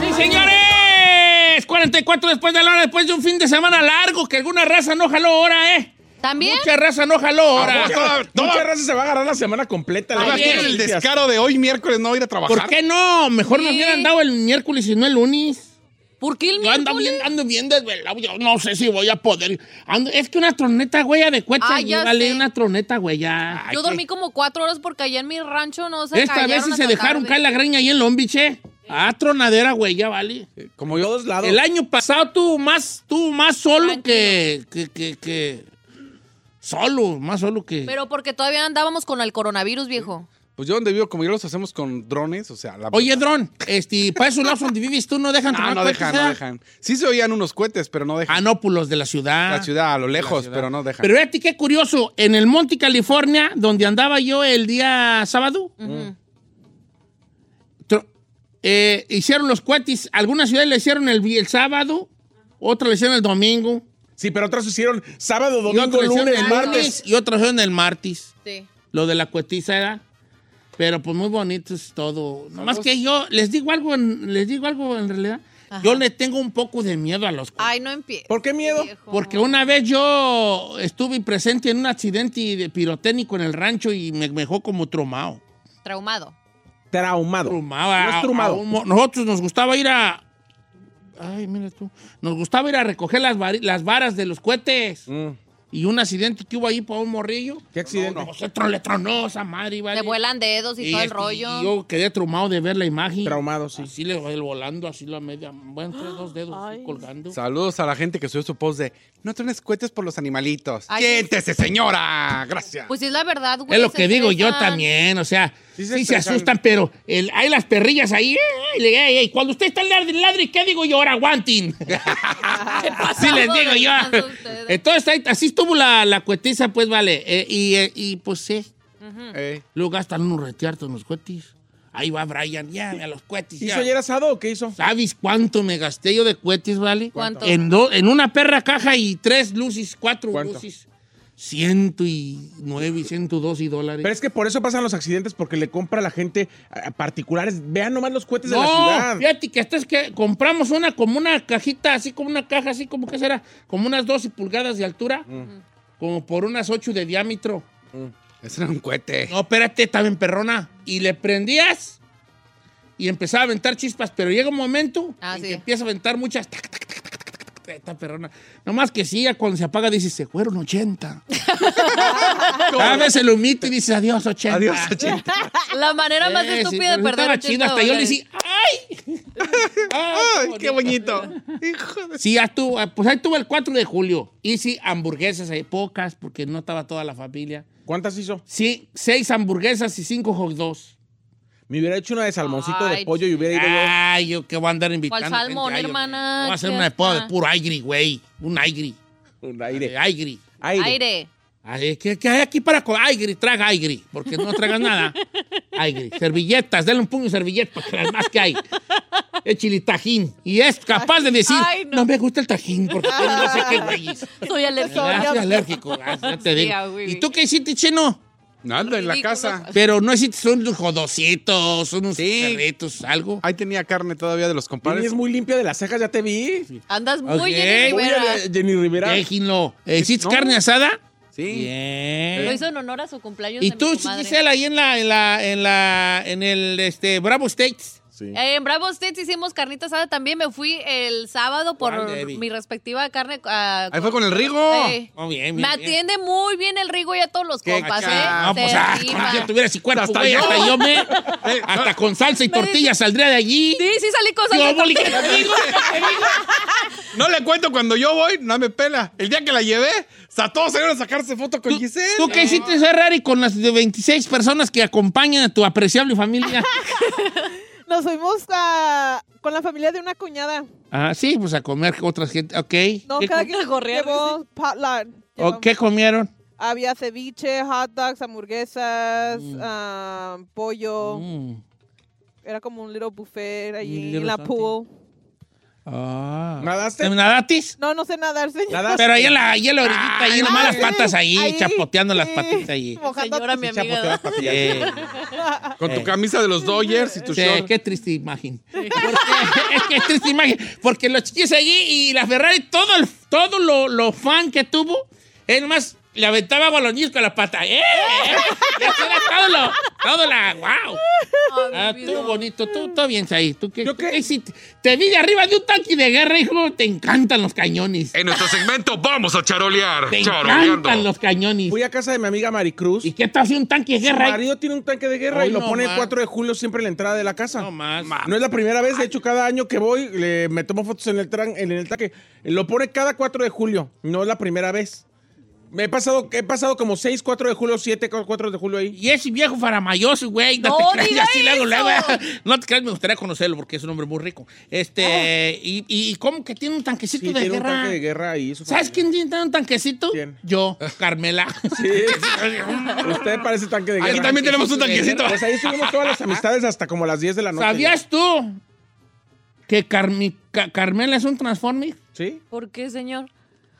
¡Sí, señores! 44 después de la hora, después de un fin de semana largo, que alguna raza no jaló hora, ¿eh? ¿También? Mucha raza no jaló Ah, hora. Toda, Mucha raza se va a agarrar la semana completa. la Ay, verdad. bien. el descaro de hoy miércoles no ir a trabajar. ¿Por qué no? Mejor nos Sí. hubieran dado el miércoles y no el lunes. ¿Por qué el Yo ando miércoles? bien, ando bien desvelado. Yo no sé si voy a poder. Ando- es que una troneta, güey, de cuecha. Ah, ya dale, sé. una troneta, güey, ya. Yo dormí como cuatro horas porque allá en mi rancho no se Esta vez callaron si se hasta dejaron tarde. caer la greña ahí en Long Beach, ¿eh? Ah, tronadera, güey, ya vale. Como yo dos lados. El año pasado tú más, tú más solo Tranquilo. que, que, que, que- Solo, más solo que. Pero porque todavía andábamos con el coronavirus, viejo. Pues yo donde vivo, como yo los hacemos con drones, o sea, la Ah, Oye, Dron, este, para esos lados donde vives tú no dejan no, tronar no cohetes, Ah, dejan, ¿eh? no dejan. Sí se oían unos cohetes, pero no dejan. Anópulos pues de la ciudad. La ciudad, a lo lejos, ciudad. pero no dejan. Pero fíjate qué curioso, en el Monte California, donde andaba yo el día sábado, Ujú. tro- eh, hicieron los cohetes. Algunas ciudades le hicieron el, vi- el sábado, otras le hicieron el domingo. Sí, pero otras hicieron sábado, y otras domingo, le hicieron lunes, el martes. Y otras hicieron el martes. Sí. lo de la cuetiza era. Pero pues muy bonito es todo. Nomás que yo les digo algo, en- les digo algo en realidad. Yo le tengo un poco de miedo a los cohetes. Ay, no empiezo. ¿Por qué miedo? Porque una vez yo estuve presente en un accidente de pirotécnico en el rancho y me dejó como tromado. Traumado. Traumado. Trumado. No es a- a trumado. un mo- nosotros nos gustaba ir a. Ay, mira tú. Nos gustaba ir a recoger las, vari- las varas de los cohetes. Mm. Y un accidente que hubo ahí por un morrillo. ¿Qué accidente? No, no, se tro- le tronó esa madre. vale. Te vuelan dedos y, todo el este, rollo. y yo quedé traumado de ver la imagen. Traumado, sí. Así le voy volando, así la media. Bueno, tres, dos dedos así colgando. Saludos a la gente que subió su post de no trones cohetes por los animalitos. Ay, Siéntese, señora. Gracias. Pues sí, es la verdad, güey. es lo se que digo yo estresan. también, o sea, sí Sí se, se estresan. asustan, pero el- hay las perrillas ahí. eh, ey, ey, ey, ey, Cuando usted está al ladri, ladri, ¿qué digo yo ahora, guantin? así pasado les de digo yo. lanza ustedes. Entonces, ahí- así estuvo la, la cuetiza, pues vale. Eh, y, eh, y, pues sí, Eh, luego gastan unos reteartos en los cohetes. Ahí va Brian, ya, a los cohetes. ¿Hizo ya. ayer asado o qué hizo? ¿Sabes cuánto me gasté yo de cohetes, vale? ¿Cuánto? En, do- en una perra caja y tres luces, cuatro ¿Cuánto? luces. Ciento y nueve y ciento dos y dólares. Pero es que por eso pasan los accidentes, porque le compra a la gente a a particulares. Vean nomás los cohetes de la no, ciudad. fíjate que esto es que compramos una como una cajita, así como una caja, así como que será, como unas 12 pulgadas de altura, Mm. como por unas 8 de diámetro. Mm, ese era un cohete. No, espérate, estaba en perrona. Y le prendías y empezaba a aventar chispas, pero llega un momento Ah, en sí. que empieza a aventar muchas. tac, tac, tac, tac, tac, tac, tac, Esta perrona. Nomás que sí, ya cuando se apaga dices, se fueron 80. Cada vez el humito y dices, adiós 80. Adiós, 80. La manera más Eh, sí, estúpida de pero perder Estaba 80 chido, hasta yo le dólares. decía, ¡ay! ¡Ay, Ay, qué bonito. Hijo de... Sí, ya estuvo, ah, pues ahí estuvo el 4 de julio. Y sí, hamburguesas, ahí pocas, porque no estaba toda la familia. ¿Cuántas hizo? Sí, seis hamburguesas y cinco hot dogs. Me hubiera hecho una de salmoncito Ay, de pollo y hubiera ido yo. Ay, yo que voy a andar invitando. ¿Cuál salmón, gente? Ay, hombre, hermana? Voy a hacer ¿Qué una espada de hasta? puro aigri, güey. Un aigri. Un aire. Aigri. Aire. Aire. Ay, ¿Qué, qué hay aquí para co- aigri? Traga aigri, porque no tragas nada. Aigri. Servilletas, dale un puño de servilletas, que las más que hay. El chilitajín. Y es capaz de decir, Ay, no. no. me gusta el tajín, porque tiene no sé qué güeyes. Soy Ah, soy alérgica. alérgico. ah, ya te Sí, digo. ah, güey, ¿Y güey. tú qué hiciste, chino? Nada, en la Ridículo. casa. Pero no hiciste unos jodocitos, unos Sí. perritos, algo. Ahí tenía carne todavía de los Jenny compadres. es muy limpia de las cejas, ya te vi. Andas Ok. muy bien, Muy Rivera. a- Jenny Rivera. Déjenlo. Eh, ¿Hiciste No. carne asada? Sí. Bien. Lo hizo en honor a su cumpleaños. ¿Y de mi tú, comadre. Gisela, ahí en la, en la, en la, en el, este, Bravo States? Sí. Eh, En Bravo States hicimos carnita asada también. Me fui el sábado por ¿Cuál, Debbie? mi respectiva carne. ah, Ahí fue con el Rigo. eh. Oh, bien, bien, Me bien. atiende muy bien el Rigo y a todos los Qué compas, ca- Ah, ¿eh? pues, Se ah, rifa. con- yo tuviera ese cuerpo, Hasta güey, yo. hasta yo me... Hasta con salsa y Me dice- tortilla saldría de allí. Sí, sí salí con salsa Yo, boli, ¿qué te digo? No le cuento cuando yo voy, no me pela. El día que la llevé, sa- todos salieron a sacarse foto con Giselle. ¿Tú qué hiciste, Ferrari, con las de 26 personas que acompañan a tu apreciable familia? Nos fuimos a- con la familia de una cuñada. Ah, sí, pues a comer con otras gente. Ok. No, ¿Qué, cada com- quien Gorrear, llevó potluck. o qué comieron? Había ceviche, hot dogs, hamburguesas, ah, pollo. Mm. Era como un little buffet Un allí little en la something. pool. Ah. ¿Nadaste? ¿Te nadatis? No, no sé nadar, señor. Nada. Pero ahí en la, ahí en la orillita, ahí Ah, nomás las sí, patas ahí, ahí, chapoteando las sí. patitas ahí. Mojando- Señora, mi amiga. Eh, Con tu camisa de los Dodgers y tu sí, short. qué triste imagen. Porque- es que es triste imagen. Porque los chiquis allí y la Ferrari, todo, el- todo lo, lo fan que tuvo, es nomás le aventaba balones con la pata. ¡Eh! Eso era todo lo, todo la, wow. Ah, mi tú vida. bonito, tú, todo bien ahí. ¿Tú qué, ¿Yo qué? qué hiciste? Te vi de arriba de un tanque de guerra, hijo. Te encantan los cañones. En nuestro segmento vamos a charolear. Te Charoleando. encantan los cañones. Fui a casa de mi amiga Maricruz. ¿Y qué te hace un tanque de Su guerra? ahí? marido tiene un tanque de guerra Hoy y lo no pone el más. 4 de julio siempre en la entrada de la casa. No más. No es la primera vez, de hecho, cada año que voy le- me tomo fotos en el, tran- en el tanque. Lo pone cada 4 de julio, no es la primera vez. Me he pasado, he pasado como 6, 4 de julio, 7, 4 de julio ahí. Y ese viejo faramayoso, güey. No te creas, diga así luego, luego. eso. No te creas, me gustaría conocerlo porque es un hombre muy rico. Oh. Este, y, y cómo que tiene un tanquecito Sí, Pues, de, tiene un guerra? tanque de guerra ahí. su ¿Sabes familia. quién tiene un tanquecito? ¿Quién? Yo, Carmela. Usted parece tanque de guerra. Aquí también tenemos un tanquecito. Pues ahí estuvimos todas las amistades hasta como las 10 de la noche. ¿Sabías tú que Carmi- Ca- Carmela es un transformer? Sí. ¿Por qué, señor?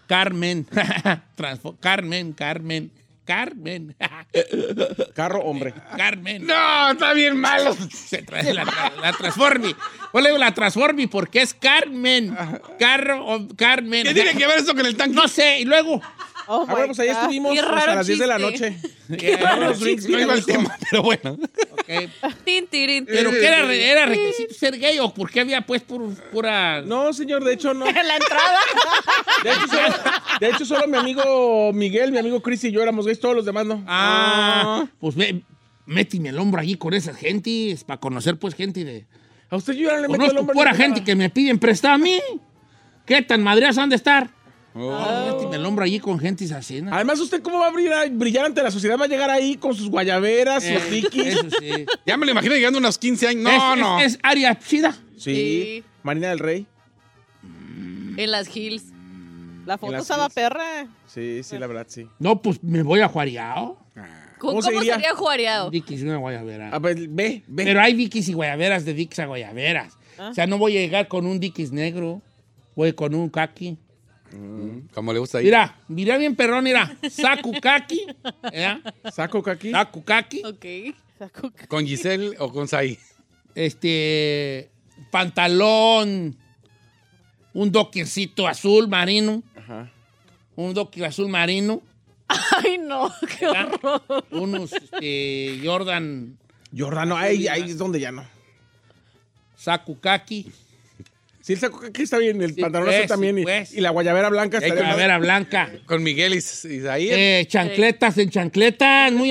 Carmen. Transfo- Carmen, Carmen, Carmen. Carro, hombre. Carmen. No, está bien malo. Se trae la, la, la transformi. Yo le digo la transformi porque es Carmen. Carro, o- Carmen. ¿Qué tiene que ver eso con el tanque? No sé, y luego. Oh, Ah, my bueno, pues ahí God. estuvimos Qué hasta raro las 10 de la chiste. noche. Eh, Unos drinks No bien iba a al gusto. tema, pero bueno. ok. Tin, tirin, tin. Pero que era, Eh. re- era requisito ser gay o por qué había pues pur- pura. No, señor, de hecho no. En la entrada. De hecho, solo, de hecho, solo mi amigo Miguel, mi amigo Chris y yo éramos gays, todos los demás no. Ah, pues ve, méteme el hombro allí con esas gentes para conocer pues gente de. A usted yo ya no le meto el Conozco hombre. pura gente que me piden prestar a mí. ¿Qué tan madreas han de estar? Oh. Ah, Méteme el hombro allí con gente asesina. Además, ¿usted cómo va a brillar, brillar ante la sociedad? Va a llegar ahí con sus guayaberas, Eh. sus tiquis. Eso sí. Ya me lo imagino llegando a unos 15 años. No, es, no. Es, es área chida. Sí. Sí. Marina del Rey. En las hills. La foto las estaba filas. perra. Sí, Ah. sí, la verdad, sí. No, pues me voy a Juariao. ¿Cómo, ¿Cómo se cómo diría? sería juareado? Vicky's una guayabera. A ver, Ah, pues, ve, ve. Pero hay Vicky's y guayaberas de Vicky's a guayaberas. Ah. O sea, no voy a llegar con un Dickies negro. Voy con un kaki. Mm, Como le gusta ahí. Mira, mira bien perrón, mira. Saku kaki. ¿eh? Saco caqui. Saku kaki. Ok. ¿Con Giselle o con Sai? Este, pantalón. Un dockercito azul marino. Ajá. Un docker azul marino. Ay, no, qué ¿verdad? horror. Unos este, Jordan Jordano, ahí, ahí es donde ya no. Saku kaki. Sí, el saco caqui está bien, el Sí, pantalón pues, azul también. sí, y- pues. Y, la guayabera blanca está Guayabera blanca. Con Miguel y Isaí. Eh, chancletas en chancletas, muy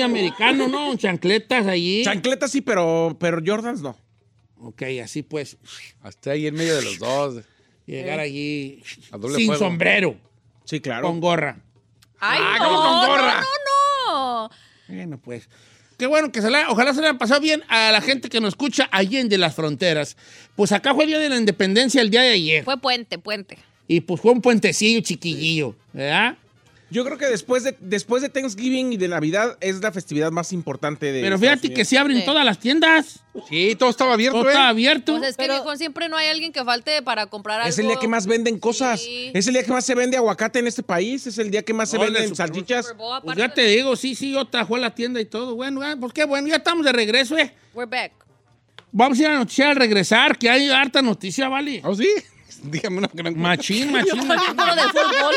americano, ¿no? Chancletas allí. Chancletas sí, pero, pero Jordans no. ok, así pues, Hasta ahí en medio de los dos. llegar Eh. allí A doble sin fuego. sombrero, Sí, claro. con gorra. Ay, Ah, no, como con gorra. no, no, no. Bueno, pues. Qué bueno que se la, ojalá se le haya pasado bien a la gente que nos escucha allí en de las fronteras. Pues acá fue el día de la independencia el día de ayer. Fue puente, puente. Y pues fue un puentecillo chiquillillo, ¿verdad? Yo creo que después de, después de Thanksgiving y de Navidad es la festividad más importante de. Pero Estados fíjate que Unidos. sí abren Sí. todas las tiendas. Sí, todo estaba abierto, Todo ¿eh? está abierto. Pues es que viejo, siempre no hay alguien que falte para comprar algo. Es el día que más venden cosas. Sí. Es el día que más se vende aguacate en este país. Es el día que más se No, en el venden Super Bowl. salchichas. Super Bowl, Pues aparte ya te de- digo, sí, sí, otra fue a la tienda y todo. Bueno, ah, pues qué bueno, ya estamos de regreso, ¿eh? We're back. Vamos a ir a noticiar al regresar, que hay harta noticia, ¿vale? ¿Oh, sí? Dígame una que no encuentro. Machín, machín. machín. Uno de fútbol.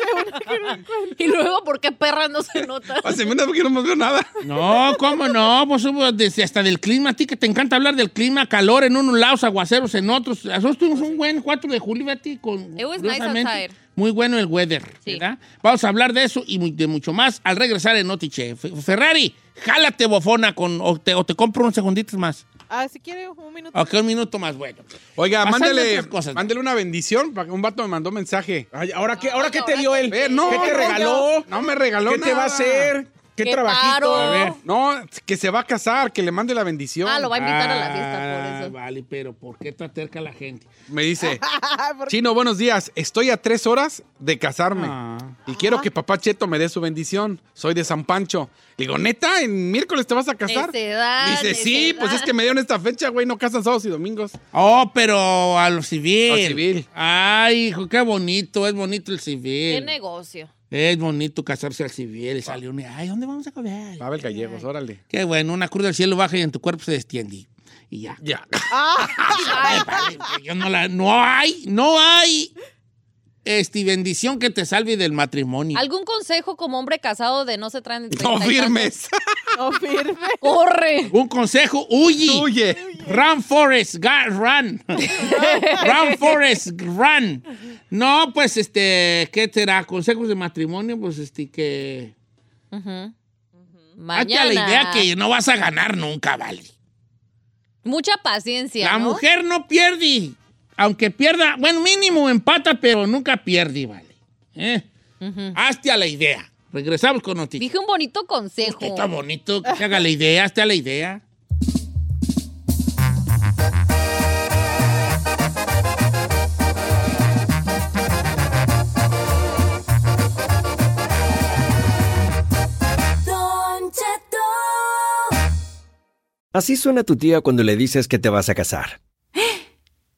¿eh? y luego, ¿por qué perra no se nota? Páseme una porque no me veo nada. No, ¿cómo no? Pues hubo desde hasta del clima. A ti que te encanta hablar del clima, calor en unos lados, aguaceros en otros. Ah, Nosotros tuvimos un buen 4 de julio, Betty, con... It was nice curiosamente, outside. Muy bueno el weather, Sí. ¿verdad? Vamos a hablar de eso y mu- de mucho más al regresar en Notiche. Fe- Ferrari, jálate bofona con, o, te, o te compro unos segunditos más. Ah, si quiere, un minuto. Ok, un minuto más, bueno. Oiga, Pasando mándele, esas cosas. mándele Ah, una bendición. pa- Un vato me mandó mensaje. Ay, ¿Ahora qué, ahora qué te dio él? Eh, no, ¿Qué te no, regaló? No me regaló ¿Qué te va a nada. hacer? ¿Qué, Qué trabajito? paro. A ver. No, que se va a casar, que le mande la bendición. Ah, lo va a invitar a la Ah, fiesta por eso. Ah, Vale, pero ¿por qué está terca la gente? Me dice, ¿Por Chino, buenos días. Estoy a tres horas de casarme Ah. y Ah. quiero que papá Cheto me dé su bendición. Soy de San Pancho. Le digo, ¿neta? ¿En miércoles te vas a casar? Necedad, dice, sí, necedad. pues es que me dieron esta fecha, güey. No casan sábados y domingos. Oh, pero a lo civil. Al civil. Ay, hijo, qué bonito, es bonito el Qué civil. negocio. Es bonito casarse al civil y salió un... Ay, ¿dónde vamos a comer? Pavel Gallegos, órale. Qué bueno, una cruz del cielo baja y en tu cuerpo se destiende. Y ya. Ya. Ah. Ay, vale, yo no, la- no hay, no hay este, bendición que te salve del matrimonio. ¿Algún consejo como hombre casado de no se traen... No firmes. No firme. ¡Corre! Un consejo, huye. Huye. Run, Forest, run. run, Forest, run. No, pues, este, ¿qué será? Consejos de matrimonio, pues, este, que... Hazte a Mañana. la idea que no vas a ganar nunca, vale. Mucha paciencia, La ¿no? mujer no pierde. Aunque pierda, bueno, mínimo empata, pero nunca pierde, vale. ¿Eh? Hazte a la idea. Regresamos con noticias. Dije un bonito consejo. Que está bonito, que se haga la idea, hazte a la idea. Así suena tu tía cuando le dices que te vas a casar.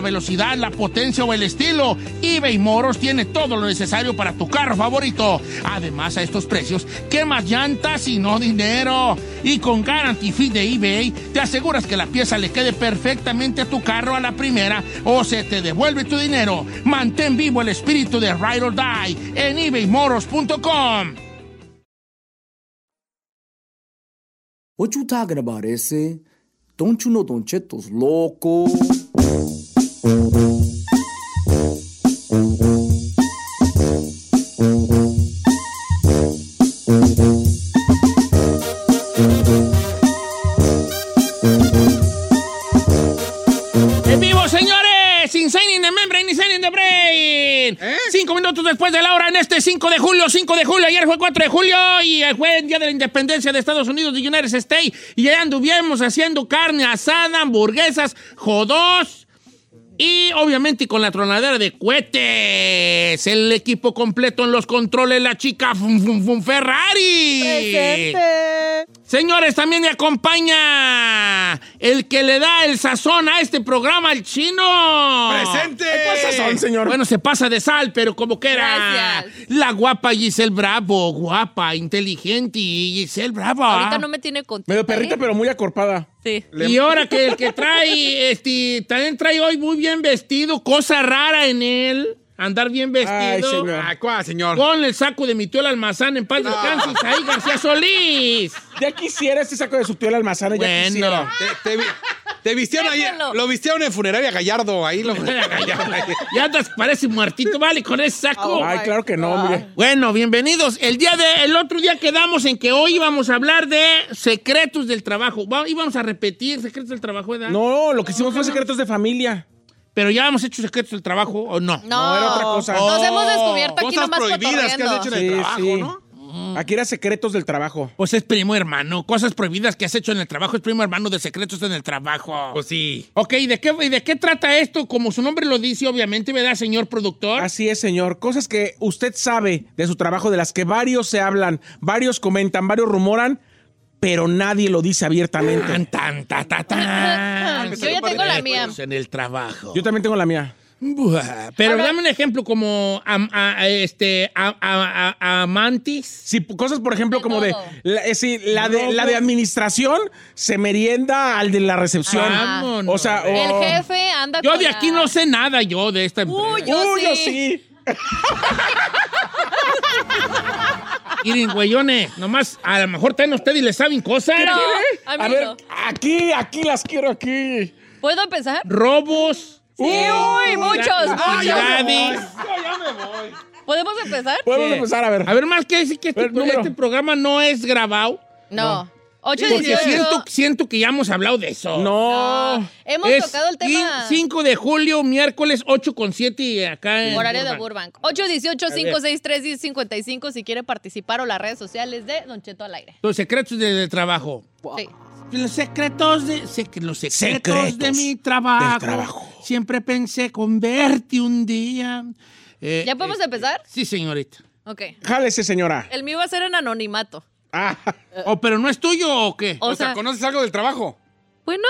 velocidad, la potencia o el estilo, eBay Moros tiene todo lo necesario para tu carro favorito. Además, a estos precios, ¿qué más llantas y no dinero? Y con Guarantee Fee de eBay, te aseguras que la pieza le quede perfectamente a tu carro a la primera o se te devuelve tu dinero. Mantén vivo el espíritu de Ride or Die en ebaymoros.com. What you talking about, ese? Don't you know Don Cheto's loco? En vivo, señores. Insane in the membrane, insane in the brain. Cinco minutos después de la hora en este 5 de julio, 5 de julio. Ayer fue 4 de julio y eh, fue el día de la independencia de Estados Unidos de United States. Y ahí anduvimos haciendo carne asada, hamburguesas, jodos. Y obviamente con la tronadera de cohetes, el equipo completo en los controles, la chica fum, fum, fum, Ferrari. Señores, también me acompaña el que le da el sazón a este programa, el chino. ¡Presente! ¿Cuál sazón, señor? Bueno, se pasa de sal, pero como quiera. Gracias. La guapa Giselle Bravo, guapa, inteligente Giselle Bravo. ¿ah? Ahorita no me tiene contenta. Medio perrita, ¿eh? pero muy acorpada. Sí. Y ahora que el que trae, este, también trae hoy muy bien vestido, cosa rara en él, andar bien vestido. Ay, señor. Ah, Ay, ¿cuál, señor? Con el saco de mi tío el almazán en paz descanse, Isaí García Solís. Ya quisiera este saco de su tío el almazán, ya Bueno. quisiera. Te, vi- te vistieron ahí. Déjalo. Lo vistieron en funeraria Gallardo. Ahí lo. Ya andas, parece muertito, vale, con ese Oh saco. Ay, claro que no, mire. Bueno, bienvenidos. El día de, el otro día quedamos en que hoy íbamos a hablar de secretos del trabajo. Va- íbamos a repetir secretos del trabajo, ¿verdad? No, lo que hicimos fue secretos de familia. Pero ya hemos hecho secretos del trabajo o no. No, No, era otra cosa. Nos Oh, hemos descubierto aquí Cosas nomás prohibidas que has hecho en el Sí, trabajo, sí. ¿no? Aquí era secretos del trabajo. Pues es primo hermano. Cosas prohibidas que has hecho en el trabajo es primo hermano de secretos en el trabajo. Pues sí. Ok, ¿y de qué, y de qué trata esto? Como su nombre lo dice, obviamente, ¿verdad, señor productor? Así es, señor. Cosas que usted sabe de su trabajo, de las que varios se hablan, varios comentan, varios rumoran, pero nadie lo dice abiertamente. Tan, tan, ta, ta, tan. Ah, Yo ya tengo la mía. Secretos En el trabajo. Yo también tengo la mía. Buah, Pero Ahora- dame un ejemplo como am- a- a- este, a- a- a- a- amantes. Sí, p- cosas, por ejemplo, De como de todo. la, eh, sí, la de la de administración se merienda al de la recepción. Ah. Vámonos. o sea, o- El jefe anda Yo con de la- aquí no sé nada, yo de esta empresa. Uy, yo Uy, yo sí. sí. Miren, güeyones, nomás a lo mejor están ustedes y les saben cosas. No, a mí A ver, no. aquí, aquí las quiero aquí. ¿Puedo empezar? Robos. Sí, uy, muchos, Ah, ya muchos. me voy. ¿Podemos empezar? Podemos empezar a ver. A ver, más que decir que este, Pero, número. este programa no es grabado. No. 8 Porque 18. siento, siento que ya hemos hablado de eso. No. No. Hemos Es tocado el tema. quin- 5 de julio, miércoles 8 con 7 acá en Horario de Eh, Burbank. Burbank. 818-563-1055 si quiere participar o las redes sociales de Don Cheto al aire. Los secretos de, de trabajo. Sí. Los secretos de, sec- los secretos, Secretos de mi trabajo. del trabajo. Siempre pensé con verte un día. Eh, ¿Ya podemos eh, empezar? Sí, señorita. Ok. Jálese, señora. El mío va a ser en anonimato. Ah, Oh, pero no es tuyo o qué? O, O sea, sea, ¿conoces algo del trabajo? bueno,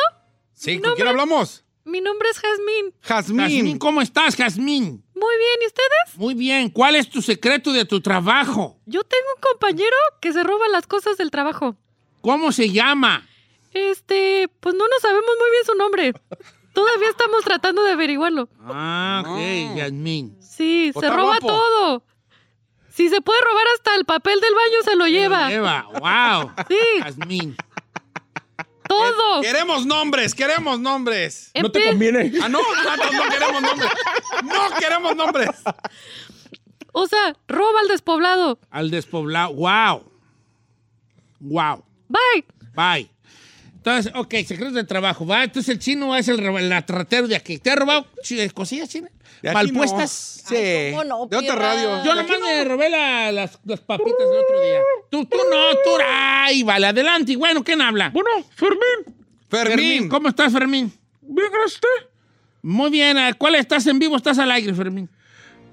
Sí, No, ¿con quién hombre. hablamos? mi nombre es Jazmín. Jazmín, Jazmín. ¿cómo estás, Jazmín? Muy bien, ¿y ustedes? Muy bien. ¿Cuál es tu secreto de tu trabajo? Yo tengo un compañero que se roba las cosas del trabajo. ¿Cómo se llama? Este, pues no nos sabemos muy bien su nombre. Todavía estamos tratando de averiguarlo. Ah, ok, Jazmín. Sí, Pues se está roba guapo. todo. Si se puede robar hasta el papel del baño, se lo lleva. Eva, wow. Sí. Jazmín. Todo. Queremos nombres, queremos nombres. Em- no te Empe- conviene. Ah, no, nosotros no queremos nombres. No queremos nombres. O sea, roba al despoblado. Al despoblado. Wow. Wow. Bye. Bye. Entonces, ok, secretos de trabajo. Va, entonces el chino es el, roba- el ratero de aquí. ¿Te ha robado ch- cosillas chinas? De aquí Malpuestas. no. Sí. ¿cómo no, de otra Piedra? radio. Yo nomás le robé la- las, las papitas del otro día. Tú, tú no, tú. Ay, vale, adelante. Y Bueno, ¿quién habla? Bueno, Fermín, Fermín. ¿Cómo estás, Fermín? bien, gracias a usted. Muy bien. ¿a ¿Cuál estás en vivo? ¿Estás al aire, Fermín?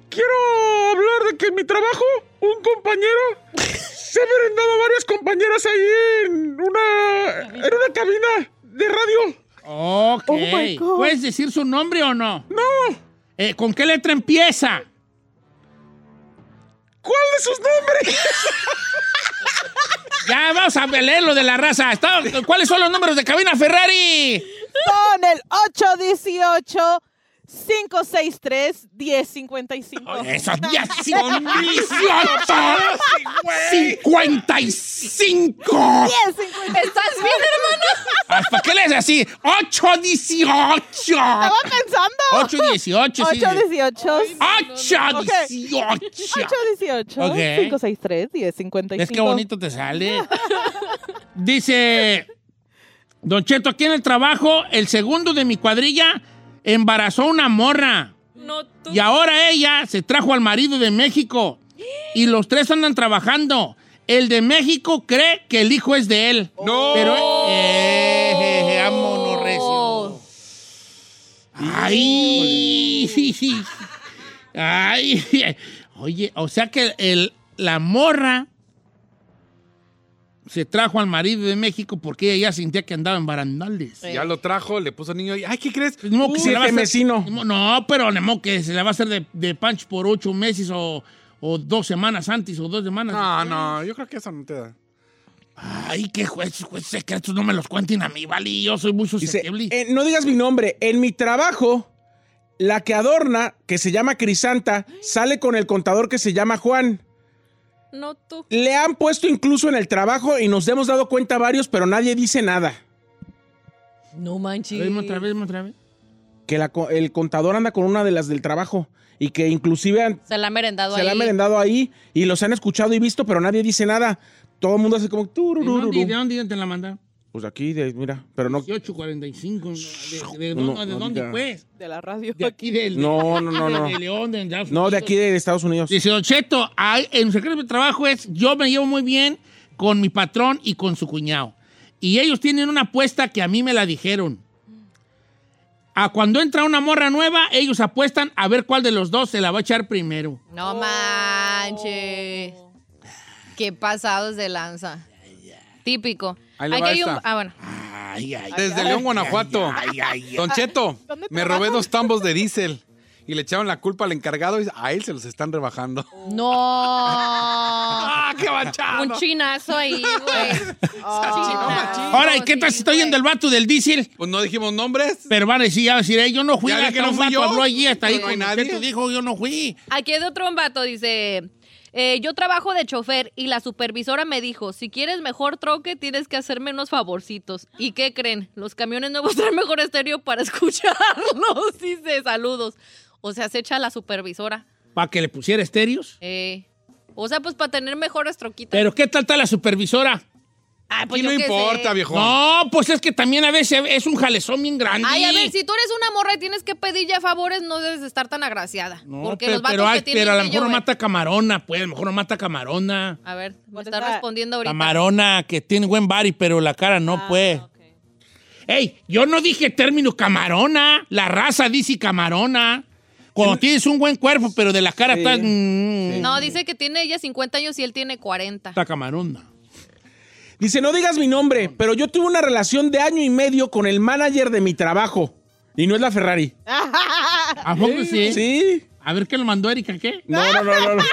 Quiero hablar de que en mi trabajo, un compañero se ha merendado a varias compañeras ahí en una, en una cabina de radio. Ok. Oh, my God. ¿Puedes decir su nombre o no? No, Eh, ¿Con qué letra empieza? ¿cuál de sus nombres? Ya vamos a leer lo de la raza. Está- ¿Cuáles son los números de cabina Ferrari? Son el 818 563 1055. Esos días sí, 55. 1055. ¿Estás bien, hermano? ¿Para qué lees así? 818. Estaba pensando. 818, sí. 818. 818. 818. Ok. 563 1055. ¿Ves qué bonito te sale? Dice, Don Cheto, aquí en el trabajo, el segundo de mi cuadrilla embarazó una morra. No, tú. Y ahora ella se trajo al marido de México. Y los tres andan trabajando. El de México cree que el hijo es de él. No. Pero. Eh, je, je, vámonos, recio. ¡Ay! ¡Ay! Oye, o sea que el, la morra se trajo al marido de México porque ella ya sentía que andaba en barandales. Pues Ya lo trajo, le puso niño. y, Ay, ¿qué crees? Ni modo que se la va a hacer- mesino. ni mo- No, pero ni modo que se la va a hacer de, de punch por ocho meses o, o dos semanas antes o dos semanas. No, no, yo creo que eso no te da. Ay, qué juez, juez secretos, no me los cuenten a mí, vale. Yo soy muy Dice, susceptible. eh, no digas mi nombre. En mi trabajo, la que adorna, que se llama Crisanta, sale con el contador que se llama Juan. No tú. Le han puesto incluso en el trabajo y nos hemos dado cuenta varios, pero nadie dice nada. No manches. Dime otra vez, dime otra vez. Que la co- el contador anda con una de las del trabajo y que inclusive han- Se la ha merendado se ahí. la han merendado ahí y los han escuchado y visto, pero nadie dice nada. Todo el mundo hace como... ¿De turururu. dónde, de dónde te la mandaron? Pues aquí, de- mira, pero no... 1845. ¿De, de, de, No, dónde- de no dónde, diga. pues? De la radio. De aquí del. No, no, no, de- no. De León, de Estados No, de Unidos. aquí de Estados Unidos. Dice, Don Cheto, hay- en secreto de trabajo es, yo me llevo muy bien con mi patrón y con su cuñado. Y ellos tienen una apuesta que a mí me la dijeron. A cuando entra una morra nueva, ellos apuestan a ver cuál de los dos se la va a echar primero. No manches. Qué pasados de lanza. Típico. Ahí le Aquí va hay un- esta. Ah, bueno. Desde León, Guanajuato. Don Cheto, Ah, me robé dos tambos de diésel y le echaron la culpa al encargado y a él se los están rebajando. No. Ah, qué manchado. Un chinazo ahí, güey. Ahora, ¿y qué tal si estoy yendo el vato del diésel? Pues no dijimos nombres. Pero van a decir, ya va a decir, "Ey, yo no fui, Ya vi hasta que no un fui vato yo. habló allí, hasta ahí No hay con nadie. usted, tú dijo, yo no fui. Aquí hay de otro vato, dice. eh, yo trabajo de chofer y la supervisora me dijo, si quieres mejor troque, tienes que hacerme unos favorcitos. ¿Y qué creen? Los camiones nuevos traen mejor estéreo para escucharlos. Dice, saludos. O sea, se echa a la supervisora. Para que le pusiera estéreos. Eh, o sea, pues para tener mejores troquitas. Pero ¿qué tal está la supervisora? Ah, pues yo qué sé. No, pues es que también a veces es un jalezón bien grande. Ay, a ver, si tú eres una morra y tienes que pedir ya favores, no debes de estar tan agraciada. No, porque pe- los vatos pero, que ay, tienen pero a lo que mejor no llover- mata camarona, pues, a lo mejor no mata camarona. A ver, me está respondiendo ahorita. Camarona que tiene buen body, pero la cara no, pues. Ey, yo no dije término camarona. La raza dice camarona. Cuando tienes un buen cuerpo, pero de la cara Sí. estás... mm, No, dice que tiene ella 50 años y él tiene 40. Está camarona. Dice, no digas mi nombre, pero yo tuve una relación de año y medio con el manager de mi trabajo. Y no es la Ferrari. ¿A poco sí? Sí. A ver qué lo mandó Erika, ¿qué? No, no, no, no. no.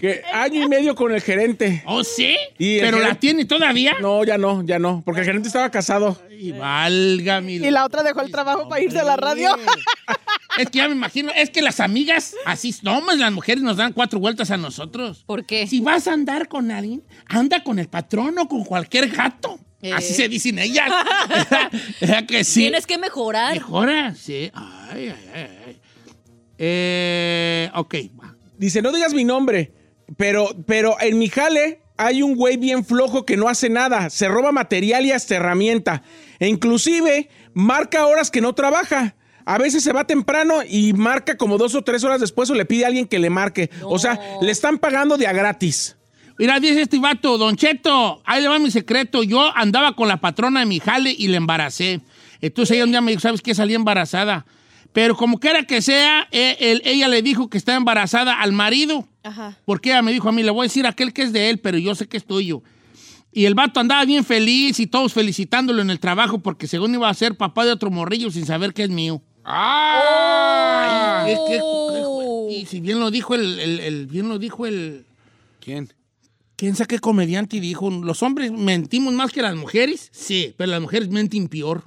que año y medio con el gerente. ¿Oh, sí? Y el ¿Pero la gerente- tiene todavía? No, ya no, ya no. Porque el gerente estaba casado. Y valga mi... Y la otra dejó el trabajo para irse a la radio. Es que ya me imagino, es que las amigas, así somos, las mujeres nos dan cuatro vueltas a nosotros. ¿Por qué? Si vas a andar con alguien, anda con el patrón o con cualquier gato. Eh. Así se dicen ellas. ¿Verdad que sí? Tienes que mejorar. Mejora, sí. Ay, ay, ay, ay. Eh, ok, va. Dice, no digas mi nombre, pero, pero en mi jale hay un güey bien flojo que no hace nada, se roba material y hasta herramienta. E inclusive marca horas que no trabaja. A veces se va temprano y marca como dos o tres horas después o le pide a alguien que le marque. O sea, le están pagando de a gratis. Mira, dice este vato, Don Cheto, ahí le va mi secreto. Yo andaba con la patrona de mi jale y la embaracé. Entonces ella un día me dijo, ¿sabes qué? Salí embarazada. Pero como quiera que sea, eh, él- ella le dijo que está embarazada al marido. Ajá. Porque ella me dijo a mí, le voy a decir a aquel que es de él, pero yo sé que es tuyo. Y el vato andaba bien feliz y todos felicitándolo en el trabajo porque según iba a ser papá de otro morrillo sin saber que es mío. ¡Ah! Ay, es que- Oh. y si bien lo dijo el, el- el- bien lo dijo el... ¿Quién? ¿Quién sabe qué comediante dijo? ¿Los hombres mentimos más que las mujeres? Sí, pero las mujeres menten peor.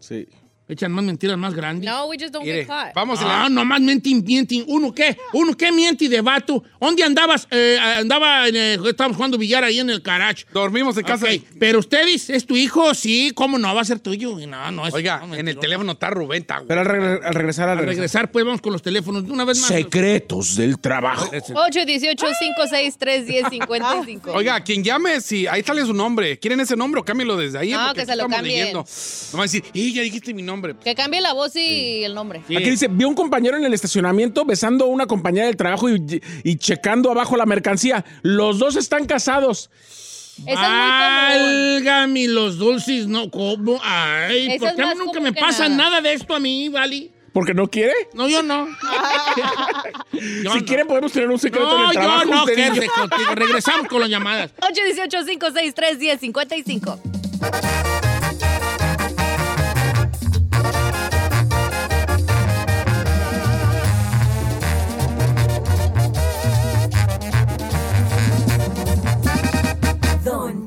Sí. Echan más mentiras más grandes. No, we just don't Mire, get caught. Vamos a Ah, nomás mienten, mienten. ¿Uno qué? ¿Uno qué miente de vato? ¿Dónde andabas? Eh, andaba, en, eh, estábamos jugando billar ahí en el caracho. Dormimos en casa. Ok, Pero ustedes, ¿es tu hijo? Sí, ¿cómo no? Va a ser tuyo. Y No, Ah, no, es Oiga, no, en el mentiroso. teléfono está Rubén, está güey. Pero al, regre- al regresar, al Al regresar. regresar, pues vamos con los teléfonos. de Una vez más. Secretos del trabajo. 818-563-1055. Oiga, quien llame, si ahí sale su nombre. ¿Quieren ese nombre o cámbialo desde ahí? No, porque que se lo estamos cambien. leyendo. No va a decir, ¡y ya dijiste mi nombre! Que cambie la voz y el nombre. Aquí dice, vi a un compañero en el estacionamiento besando a una compañera del trabajo y, y checando abajo la mercancía. Los dos están casados. Esa es muy común. Válgame los dulces, no, ¿cómo? Ay, Esa ¿por es qué a mí más nunca común me que pasa nada. nada. de esto a mí, Vali? ¿Porque no quiere? No, yo no. si quieren podemos tener un secreto en No, el yo trabajo. no, usted y yo. quédate contigo. Regresamos con las llamadas. 818-563-1055. Don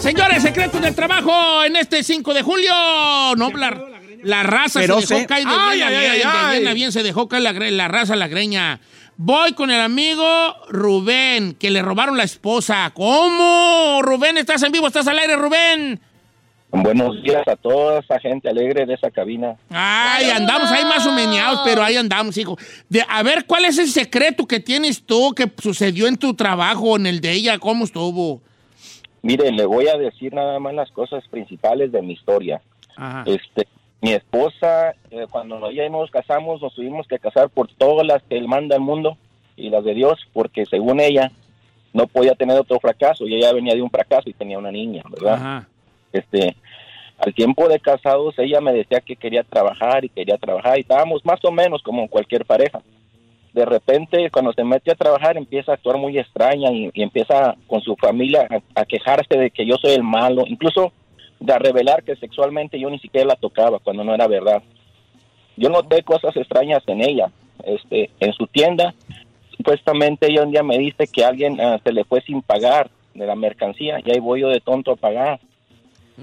Señores, secretos del trabajo en este 5 de julio. No, la, la raza Pero se dejó se- caer de Ay, bien, a ay, bien, ay, de ay. bien a bien, se dejó caer la, gre- la raza la greña. Voy con el amigo Rubén, que le robaron la esposa. ¿Cómo? Rubén, estás en vivo, estás al aire, Rubén. Buenos días a toda esa gente alegre de esa cabina. Ay, andamos ahí más humeneados, pero ahí andamos, hijo. De, a ver, ¿cuál es el secreto que tienes tú que sucedió en tu trabajo, en el de ella? ¿Cómo estuvo? Miren, le voy a decir nada más las cosas principales de mi historia. Este, mi esposa, eh, cuando nos- ella y nos casamos, nos tuvimos que casar por todas las que él manda al mundo y las de Dios, porque según ella no podía tener otro fracaso y ella venía de un fracaso y tenía una niña, ¿verdad? Este, al tiempo de casados ella me decía que quería trabajar y quería trabajar y estábamos más o menos como en cualquier pareja. De repente cuando se mete a trabajar empieza a actuar muy extraña y, y empieza con su familia a, a quejarse de que yo soy el malo, incluso de a revelar que sexualmente yo ni siquiera la tocaba cuando no era verdad. Yo noté cosas extrañas en ella, este, en su tienda. Supuestamente ella un día me dice que alguien ah, se le fue sin pagar de la mercancía y ahí voy yo de tonto a pagar.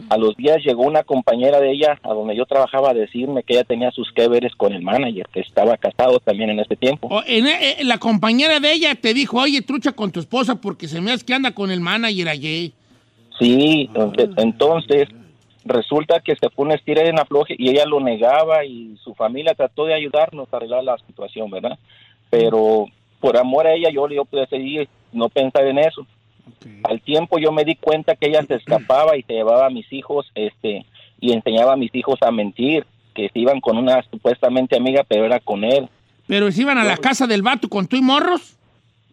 A los días llegó una compañera de ella a donde yo trabajaba a decirme que ella tenía sus queveres con el manager, que estaba casado también en ese tiempo. O en- eh, la compañera de ella te dijo, oye, trucha con tu esposa porque se me hace que anda con el manager allí. Sí, ent- entonces resulta que se fue un estira en afloje y ella lo negaba y su familia trató de ayudarnos a arreglar la situación, ¿verdad? Pero por amor a ella yo, yo seguir no pensar en eso. Al tiempo yo me di cuenta que ella se escapaba y se llevaba a mis hijos este y enseñaba a mis hijos a mentir, que se iban con una supuestamente amiga, pero era con él. Pero si iban a la casa del vato con tú y morros.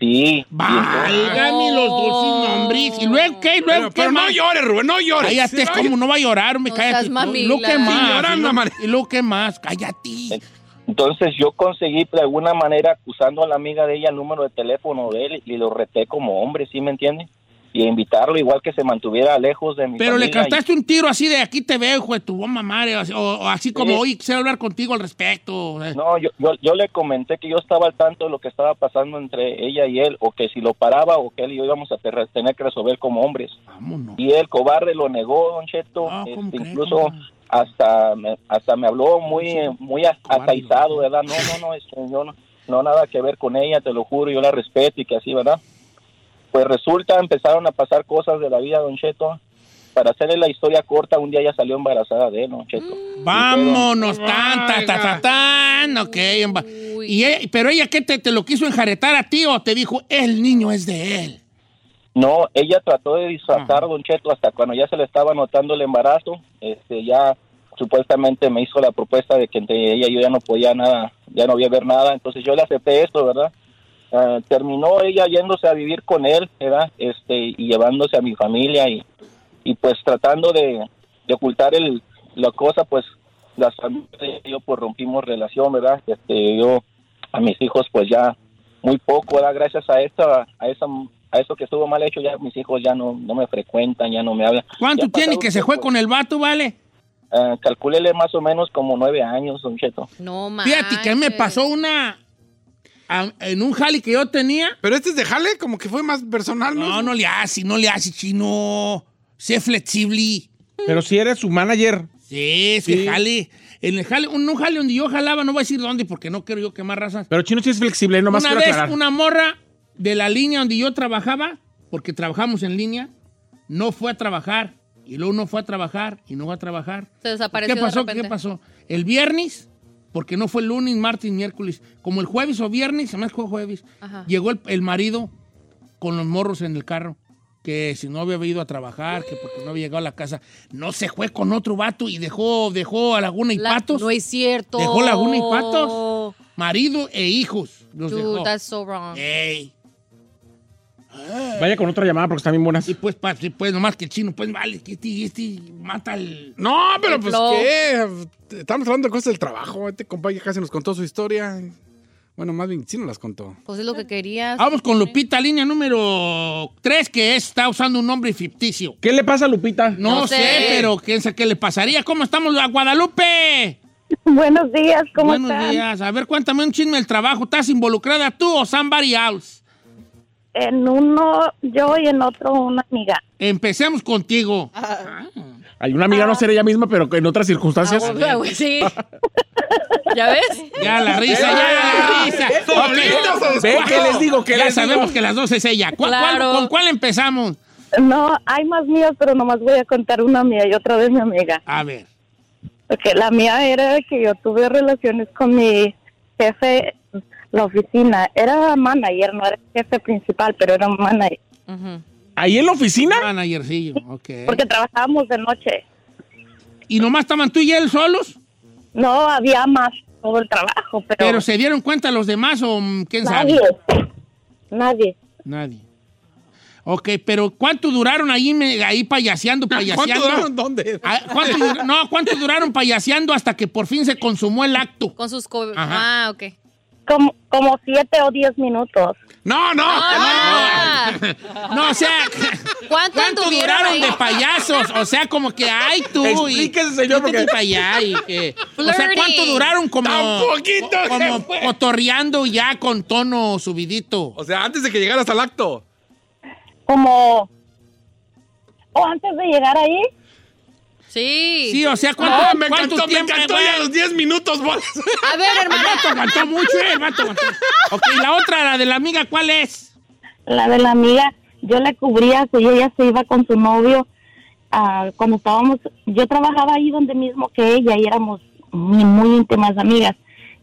Sí. y entonces- Válgame los dulces nombres. Y luego, ¿qué? ¿Y luego, Pero- pero no llores, Rubén, no llores. Cállate, Sí, como no va a llorar, me No cállate. seas mamila. Y luego, ¿qué Sí, más? llorando, Y luego- Mari. y luego, ¿qué más? Cállate. Entonces yo conseguí de alguna manera acusando a la amiga de ella el número de teléfono de él y lo reté como hombre, ¿sí me entiende? Y a invitarlo igual que se mantuviera lejos de mi Pero le familia y- cantaste un tiro así de aquí te veo, hijo de tu bomba madre. O, o así como, Sí. oye, quisiera hablar contigo al respecto. Eh. No, yo, yo, yo le comenté que yo estaba al tanto de lo que estaba pasando entre ella y él, o que si lo paraba o que él y yo íbamos a ter- tener que resolver como hombres. Y el cobarde lo negó, Don Cheto. este, incluso hasta me, hasta me habló muy muy a- asaizado, ¿verdad? No, no, no, es que yo no, no nada que ver con ella, te lo juro, yo la respeto y que así, ¿verdad? Pues resulta, empezaron a pasar cosas de la vida, Don Cheto. Para hacerle la historia corta, un día ella salió embarazada de él, Don Cheto. Vámonos, tan, ta, ta, ta, tan. Ok. emba- Y e- pero ella, ¿qué te, te lo quiso enjaretar a ti o te dijo, el niño es de él? No, ella trató de disfrazar a Don Cheto hasta cuando ya se le estaba notando el embarazo. Este, ya supuestamente me hizo la propuesta de que entre ella y yo ya no podía nada, ya no voy a ver nada. Entonces yo le acepté esto, ¿verdad? Ah, terminó ella yéndose a vivir con él, ¿verdad? Este, y llevándose a mi familia y, y pues tratando de, de ocultar el, la cosa, pues las familias y yo pues rompimos relación, ¿verdad? Este, yo a mis hijos pues ya muy poco, ¿verdad? Gracias a esta, a esa, a eso que estuvo mal hecho, ya mis hijos ya no, no me frecuentan, ya no me hablan. ¿Cuánto Ya tiene pasado que se tiempo, fue con el vato, vale? eh, calcúlele más o menos como nueve años, Don Cheto. No, man. Fíjate que a mí me pasó una. a- en un jale que yo tenía. Pero este es de jale, como que fue más personal, ¿no? No, no le hace, no le hace, chino. Sé flexible. Pero si eres su manager. Sí, es Sí. que jale. En el jale, un, un jale donde yo jalaba, no voy a decir dónde porque no quiero yo quemar razas. Pero Chino sí es flexible, nomás una quiero vez, aclarar. una morra de la línea donde yo trabajaba, porque trabajamos en línea, no fue a trabajar. Y luego no fue a trabajar y no fue a trabajar. Se desapareció ¿Qué pasó? de ¿Qué repente. pasó? El viernes, porque no fue el lunes, martes, miércoles, como el jueves o viernes, se me hace que fue jueves, Ajá. llegó el, el marido con los morros en el carro, que si no había ido a trabajar, que porque no había llegado a la casa, no se fue con otro vato y dejó, dejó a Laguna y La- Patos. No es cierto. Dejó Laguna y Patos, marido e hijos. Los Dude, dejó. Eh. that's so wrong. Ey. Vaya con otra llamada porque están bien buenas. Y pues, pa- sí, pues nomás que el chino, pues vale, que este, este mata el... No, pero El pues flow. qué. Estamos hablando de cosas del trabajo. Este compa ya casi nos contó su historia. Bueno, más bien sí nos las contó. Pues es lo que querías. Vamos con Lupita, línea número 3, que está usando un nombre ficticio. ¿Qué le pasa a Lupita? No, No sé, sé. pero quién sabe qué le pasaría. ¿Cómo estamos, a Guadalupe? Buenos días, ¿cómo Buenos están? días. A ver, cuéntame un chisme del trabajo. ¿Estás involucrada tú o somebody else? En uno yo y en otro una amiga. Empecemos contigo. Hay una amiga, no ser ella misma, pero en otras circunstancias. Ah, bueno, güey, sí. ¿Ya ves? Ah. Ya la risa, ya la risa. Solitos se Ok. descuajó. Ve que les digo, que ya les digo. sabemos que las dos es ella. ¿Cuál- cuál- Claro. ¿Con cuál empezamos? No, hay más mías, pero nomás voy a contar una mía y otra vez mi amiga. A ver. Porque la mía era que yo tuve relaciones con mi jefe, la oficina. Era manager, no era jefe principal, pero era manager. ¿Ahí en la oficina? Managercillo, ok. Porque trabajábamos de noche. ¿Y nomás estaban tú y él solos? No había más todo el trabajo, pero, ¿Pero se dieron cuenta los demás o mm, quién sabe? nadie. Nadie. Nadie. Ok, pero ¿cuánto duraron ahí, me- ahí payaseando, payaseando? ¿Cuánto duraron? ¿Dónde? Ah, ¿cuánto dur- no, ¿cuánto duraron payaseando hasta que por fin se consumó el acto? Con sus co- Ajá. Ah, ok. Como, como siete o diez minutos. No, no. Ah, No, o sea, ¿Cuánto, ¿cuánto anduvieron duraron ahí? de payasos? O sea, como que, ay, tú. y- Explíquese, señor, vete porque- para allá y que- O sea, ¿cuánto Flirting. duraron como... Tan poquito que Como fue. cotorreando ya con tono subidito. O sea, antes de que llegara hasta el acto. Como... O Oh, antes de llegar ahí, Sí. Sí, o sea, ¿cuánto, No, me cuánto encantó, me tiempo- encantó ya a los 10 minutos, bolas. A ver, El hermana. vato aguantó mucho, eh, el vato aguantó. Ok, la otra, la de la amiga, ¿cuál es? la de la amiga, yo la cubría que ella se iba con su novio. ah, cuando estábamos, yo trabajaba ahí donde mismo que ella y éramos muy, muy íntimas amigas.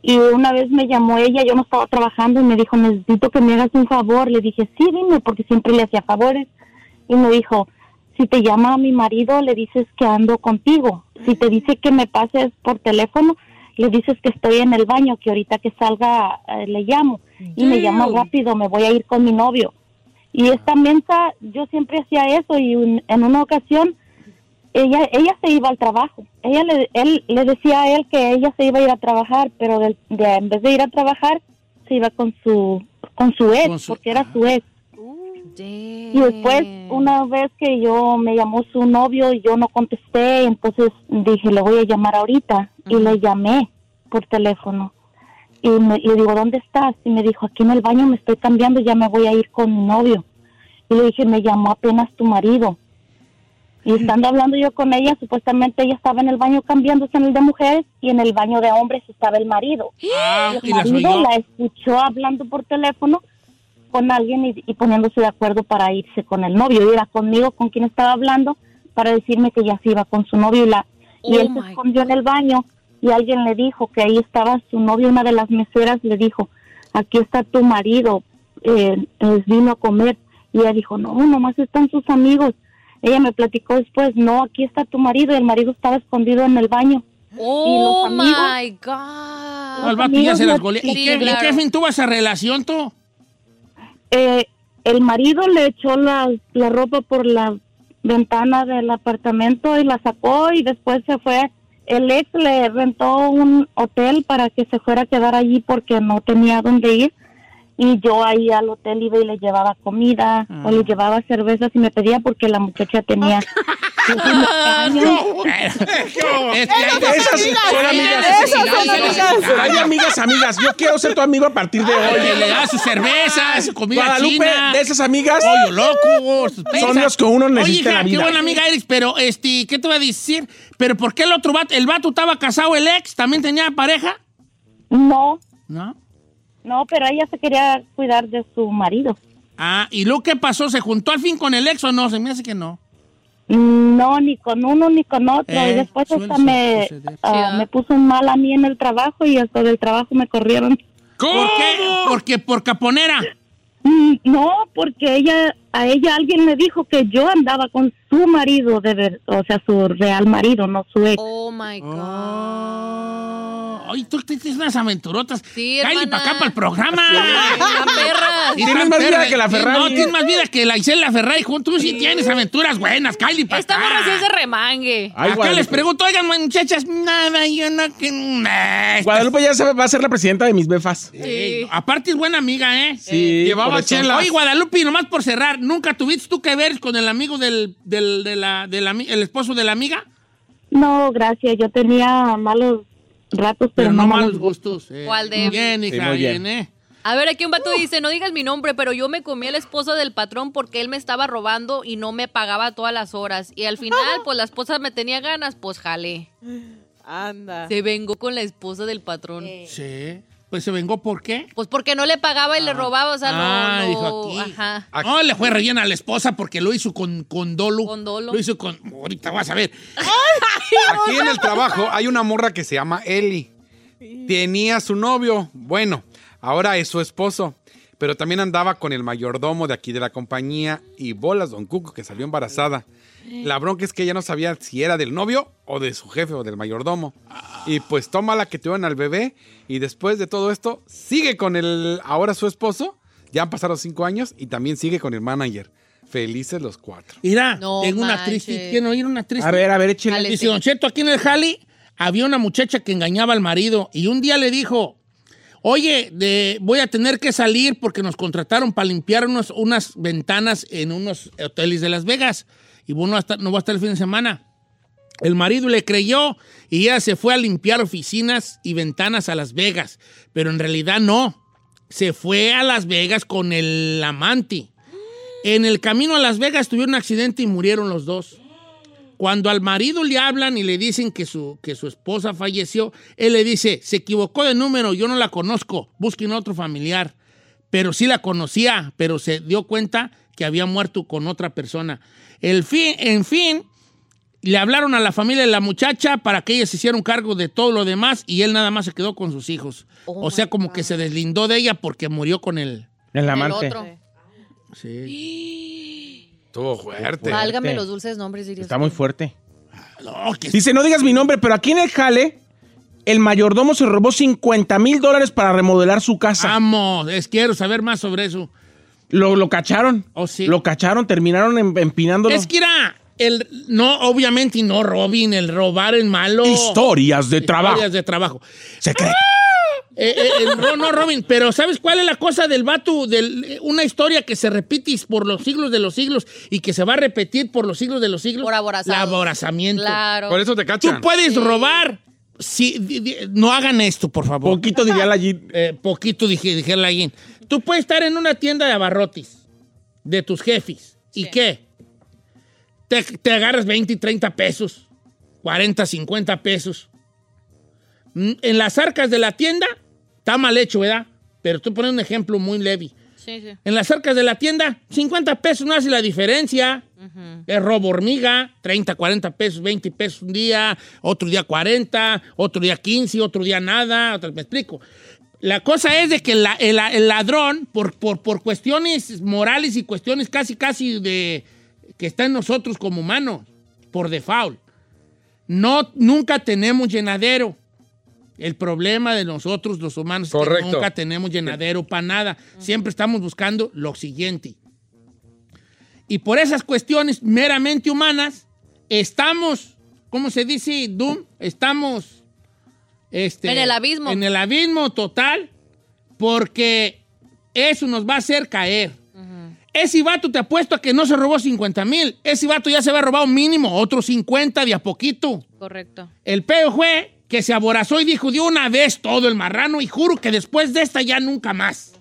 Y una vez me llamó ella, yo no estaba trabajando y me dijo, necesito que me hagas un favor. Le dije, sí, dime, porque siempre le hacía favores. Y me dijo, si te llama mi marido, le dices que ando contigo. Si te dice que me pases por teléfono, le dices que estoy en el baño, que ahorita que salga eh, le llamo. Y me llama Damn. rápido, me voy a ir con mi novio. Y esta menta, yo siempre hacía eso y un- en una ocasión ella ella se iba al trabajo. Ella le, él, le decía a él que ella se iba a ir a trabajar, pero de, de- en vez de ir a trabajar, se iba con su con su ex, Con su- porque era su ex. Damn. Y después, una vez que yo me llamó su novio y yo no contesté, entonces dije, le voy a llamar ahorita. Y le llamé por teléfono. Y me- le digo, ¿dónde estás? Y me dijo, aquí en el baño me estoy cambiando, ya me voy a ir con mi novio. Y le dije, me llamó apenas tu marido. Y estando hablando yo con ella, supuestamente ella estaba en el baño cambiándose en el de mujeres y en el baño de hombres estaba el marido. Ah, El y la soy marido yo. la escuchó hablando por teléfono con alguien y, y poniéndose de acuerdo para irse con el novio. Y era conmigo con quien estaba hablando para decirme que ya se iba con su novio y, la, y Oh él my se escondió en el baño y alguien le dijo que ahí estaba su novio. Una de las meseras le dijo, aquí está tu marido, eh, eh, vino a comer. Y ella dijo, no, nomás están sus amigos. Ella me platicó después, no, aquí está tu marido y el marido estaba escondido en el baño. Oh, ¿Y los amigos? my No, God. el vato ya se las golea. ¿Y Ah. Sí, qué, y claro. qué fin tuvo esa relación tú? eh, el marido le echó la, la ropa por la ventana del apartamento y la sacó y después se fue. El ex le rentó un hotel para que se fuera a quedar allí porque no tenía dónde ir. Y yo ahí al hotel iba y le llevaba comida o le llevaba cervezas y me pedía porque la muchacha tenía... 19 años. Esas son amigas. Hay amigas, amigas. Yo quiero ser tu amigo a partir de hoy. Le da su cerveza, su comida Guadalupe, china. de esas amigas. Pollo loco. sus Son pesas. los que uno Oye, necesita en hija, la qué vida. buena amiga eres, pero, este, ¿qué te voy a decir? ¿Pero por qué el otro vato, el vato estaba casado, el ex, también tenía pareja? No, ¿No? no, pero ella se quería cuidar de su marido. Ah, ¿y luego qué pasó? ¿Se juntó al fin con el ex o no? Se me hace que no. No, ni con uno ni con otro. Eh, y después suele hasta me, suceder. ah, me puso mal a mí en el trabajo y hasta del trabajo me corrieron. ¿Por qué? Porque por caponera. Mm, No, porque ella, a ella alguien me dijo que yo andaba con su marido, de ver, o sea, su real marido, no su ex. Oh my God. Oh. Ay, tú tienes unas aventurotas. Sí, Cállate hermana. para acá, para el programa. Una perra. Y Tienes tan más vida perra- que la Ferrari. No, tienes más vida que la Isela Ferrari. Juan, Tú sí, tienes aventuras buenas, Kylie. pa' Esta acá. morra sí es de remangue. Ay, acá Guadalupe. les pregunto, oigan, muchachas, nada, yo no que. nah, estas- Guadalupe ya se va a ser la presidenta de mis befas. Sí. Aparte es buena amiga, ¿eh? Sí, por Llevaba eso. chelas. Oye, Guadalupe, y nomás por cerrar, ¿nunca tuviste tú que ver con el amigo del, del, de la, del ami- el esposo de la amiga? No, gracias, yo tenía malos ratos, pero, Pero no malos malos gustos. eh. ¿Cuál de- Bien, hija, Sí, muy bien. bien, ¿eh? A ver, aquí un vato dice, no digas mi nombre, pero yo me comí a la esposa del patrón porque él me estaba robando y no me pagaba todas las horas. Y al final, pues la esposa me tenía ganas, pues jale. Anda. Se vengó con la esposa del patrón. Sí. Pues se vengó, ¿por qué? Pues porque no le pagaba y le robaba, o sea, no, Ah, no, dijo aquí. ajá. No, le fue rellena a la esposa porque lo hizo con, con dolo. Con dolo. Lo hizo con... Ahorita vas a ver. Aquí en el trabajo hay una morra que se llama Eli. Tenía su novio, bueno, ahora es su esposo, pero también andaba con el mayordomo de aquí de la compañía y bolas Don Cuco que salió embarazada. La bronca es que ella no sabía si era del novio o de su jefe o del mayordomo. Y pues toma la que tuvieron al bebé y después de todo esto sigue con el ahora su esposo. Ya han pasado cinco años y también sigue con el manager. Felices los cuatro. Mira, No tengo una manches. triste. ¿Quieren oír una triste? A ver, a ver, échale. Dale. Dice, Don Cheto, aquí en el Jali había una muchacha que engañaba al marido y un día le dijo, oye, de- voy a tener que salir porque nos contrataron para limpiar unos- unas ventanas en unos hoteles de Las Vegas y vos no, vas a estar- no va a estar el fin de semana. El marido le creyó y ella se fue a limpiar oficinas y ventanas a Las Vegas, pero en realidad no. Se fue a Las Vegas con el amante. En el camino a Las Vegas tuvieron un accidente y murieron los dos. Cuando al marido le hablan y le dicen que su, que su esposa falleció, él le dice, se equivocó de número, yo no la conozco, busquen otro familiar. Pero sí la conocía, pero se dio cuenta que había muerto con otra persona. El fin, en fin, le hablaron a la familia de la muchacha para que ella se hiciera un cargo de todo lo demás y él nada más se quedó con sus hijos. Oh o sea, como que se deslindó de ella porque murió con él. El El amante. otro. Sí. Estuvo fuerte. Fuerte. Válgame los dulces nombres, diría Está usted. muy fuerte. Ah, No, que- Dice, no digas mi nombre, pero aquí en el jale, el mayordomo se robó 50 mil dólares para remodelar su casa. Vamos, es- quiero saber más sobre eso. Lo, lo cacharon. Oh, sí. Lo cacharon, terminaron em- empinándolo. Es que era el no, obviamente y no Robin, el robar es malo. Historias de trabajo. Historias de trabajo. Secreto. Eh, eh, el- no, no, Robin, pero ¿sabes cuál es la cosa del vato? Del, eh, una historia que se repite y por los siglos de los siglos y que se va a repetir por los siglos de los siglos. Por aborazados. El aborazamiento. Claro. Por eso te Tú cachan. puedes robar. Si, di- di- no hagan esto, por favor. Poquito diría la Jean. Eh, poquito dije, dije la Yin. Tú puedes estar en una tienda de abarrotes de tus jefes. ¿Y qué? Te, te agarras 20 y 30 pesos, 40, 50 pesos. Mm, En las arcas de la tienda está mal hecho, ¿verdad? Pero tú pones un ejemplo muy leve. Sí, sí. En las arcas de la tienda, 50 pesos no hace la diferencia. Es robo hormiga, 30, 40 pesos, 20 pesos un día, otro día 40, otro día 15, otro día nada, otra- me explico. La cosa es de que la- el, el ladrón, por, por, por cuestiones morales y cuestiones casi, casi de que está en nosotros como humanos, por default, no, nunca tenemos llenadero. El problema de nosotros los humanos es Correcto. que nunca tenemos llenadero para nada. Siempre estamos buscando lo siguiente. Y por esas cuestiones meramente humanas, estamos, ¿cómo se dice, Doom? Estamos este, En el abismo. En el abismo total, porque eso nos va a hacer caer. Ese vato te apuesto a que no se robó 50 mil. Ese vato ya se va a robar un mínimo, otros 50 de a poquito. Correcto. El peo fue que se aborazó y dijo de una vez todo el marrano y juro que después de esta ya nunca más.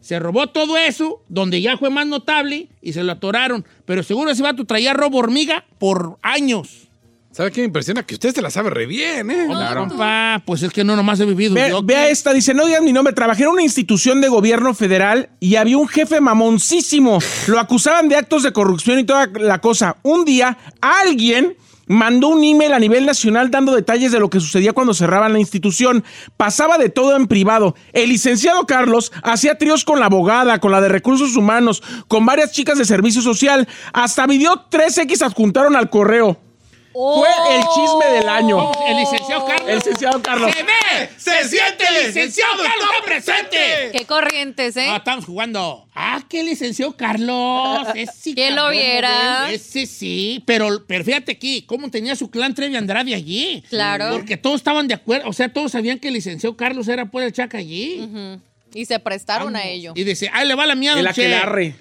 Se robó todo eso, donde ya fue más notable y se lo atoraron. Pero seguro ese vato traía robo hormiga por años. ¿Sabe qué me impresiona? Que usted se la sabe re bien, ¿eh? claro. Compa, pues es que no nomás he vivido Ve, yo. ve a esta, dice, no digas mi nombre, trabajé en una institución de gobierno federal y había un jefe mamoncísimo. Lo acusaban de actos de corrupción y toda la cosa. Un día, alguien mandó un email a nivel nacional dando detalles de lo que sucedía cuando cerraban la institución. Pasaba de todo en privado. El licenciado Carlos hacía tríos con la abogada, con la de recursos humanos, con varias chicas de servicio social. Hasta video 3X adjuntaron al correo. Fue el chisme del año. El licenciado Carlos. El licenciado Carlos. ¡Se ve! ¡Se, siente! el ¡Licenciado Carlos está presente! Qué corrientes, ¿eh? Ah, estamos jugando. Ah, qué licenciado Carlos. Ese ¿Quién lo cabrón, viera? güey. Ese sí. Pero, pero fíjate aquí, cómo tenía su clan Trevi Andrade allí. Claro. Porque todos estaban de acuerdo. O sea, todos sabían que el licenciado Carlos era pues el chaca allí. Ujú. Y se prestaron a ello. Y dice, ahí le va la mía, El don Che. aquelarre.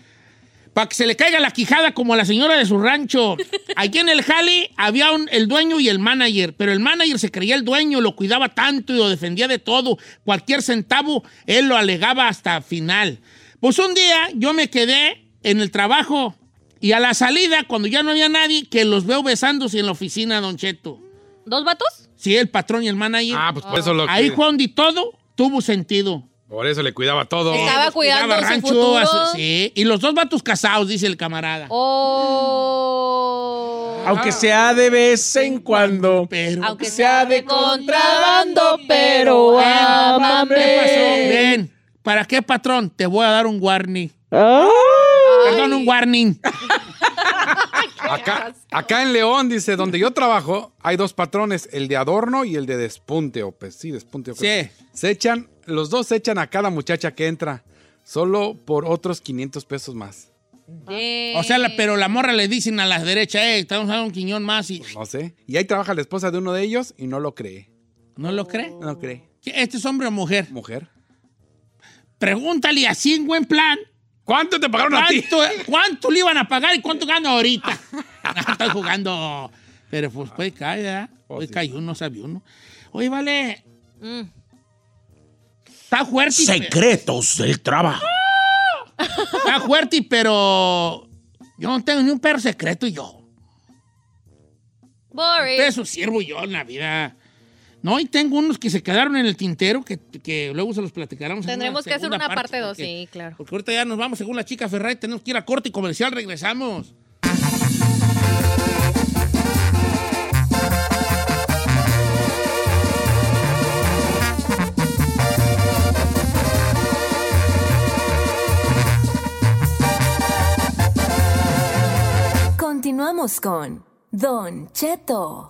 Para que se le caiga la quijada como a la señora de su rancho. Aquí en el Jali había un- el dueño y el manager, pero el manager se creía el dueño, lo cuidaba tanto y lo defendía de todo. Cualquier centavo, él lo alegaba hasta final. Pues un día yo me quedé en el trabajo y a la salida, cuando ya no había nadie, que los veo besándose en la oficina, don Cheto. ¿Dos vatos? Sí, el patrón y el manager. Ah, pues por eso lo Ahí cuida. Juan y todo tuvo sentido. Por eso le cuidaba todo. Estaba cuidando Cuidaba su rancho, futuro. así- sí. Y los dos vatos casados, dice el camarada. Oh. Aunque sea de vez en cuando. Pero Aunque sea de contrabando, pero ámame. ¿Qué pasó? Ven, ¿para qué, patrón? Te voy a dar un warning. Perdón, un warning. Acá, acá en León, dice, donde yo trabajo, hay dos patrones, el de adorno y el de despunte, o pues sí, despunte. o creo. Sí. Se echan, los dos se echan a cada muchacha que entra, solo por otros 500 pesos más. O sea, Eh. la- pero la morra le dicen a la derecha, eh, estamos dando un quiñón más y Pues, No sé. Y ahí trabaja la esposa de uno de ellos y no lo cree. no lo cree. No cree. ¿Qué, ¿Este es hombre o mujer? Mujer. Pregúntale así en buen plan. ¿Cuánto te pagaron a ti? ¿Cuánto, cuánto le iban a pagar y cuánto gana ahorita? No, Estoy jugando. Pero pues, pues cae, ¿verdad? Hoy Oh, sí. cayó uno, sabe uno. Oye, vale, Mm. está fuerte. y- Secretos del trabajo. Está fuerte, pero yo no tengo ni un perro secreto yo. Boring. De eso sirvo yo en la vida. No, y tengo unos que se quedaron en el tintero que, que luego se los platicaremos. en Tendremos que hacer segunda una parte dos, porque- sí, claro. Porque ahorita ya nos vamos, según la chica Ferrari, tenemos que ir a corte y comercial, regresamos. Continuamos con Don Cheto.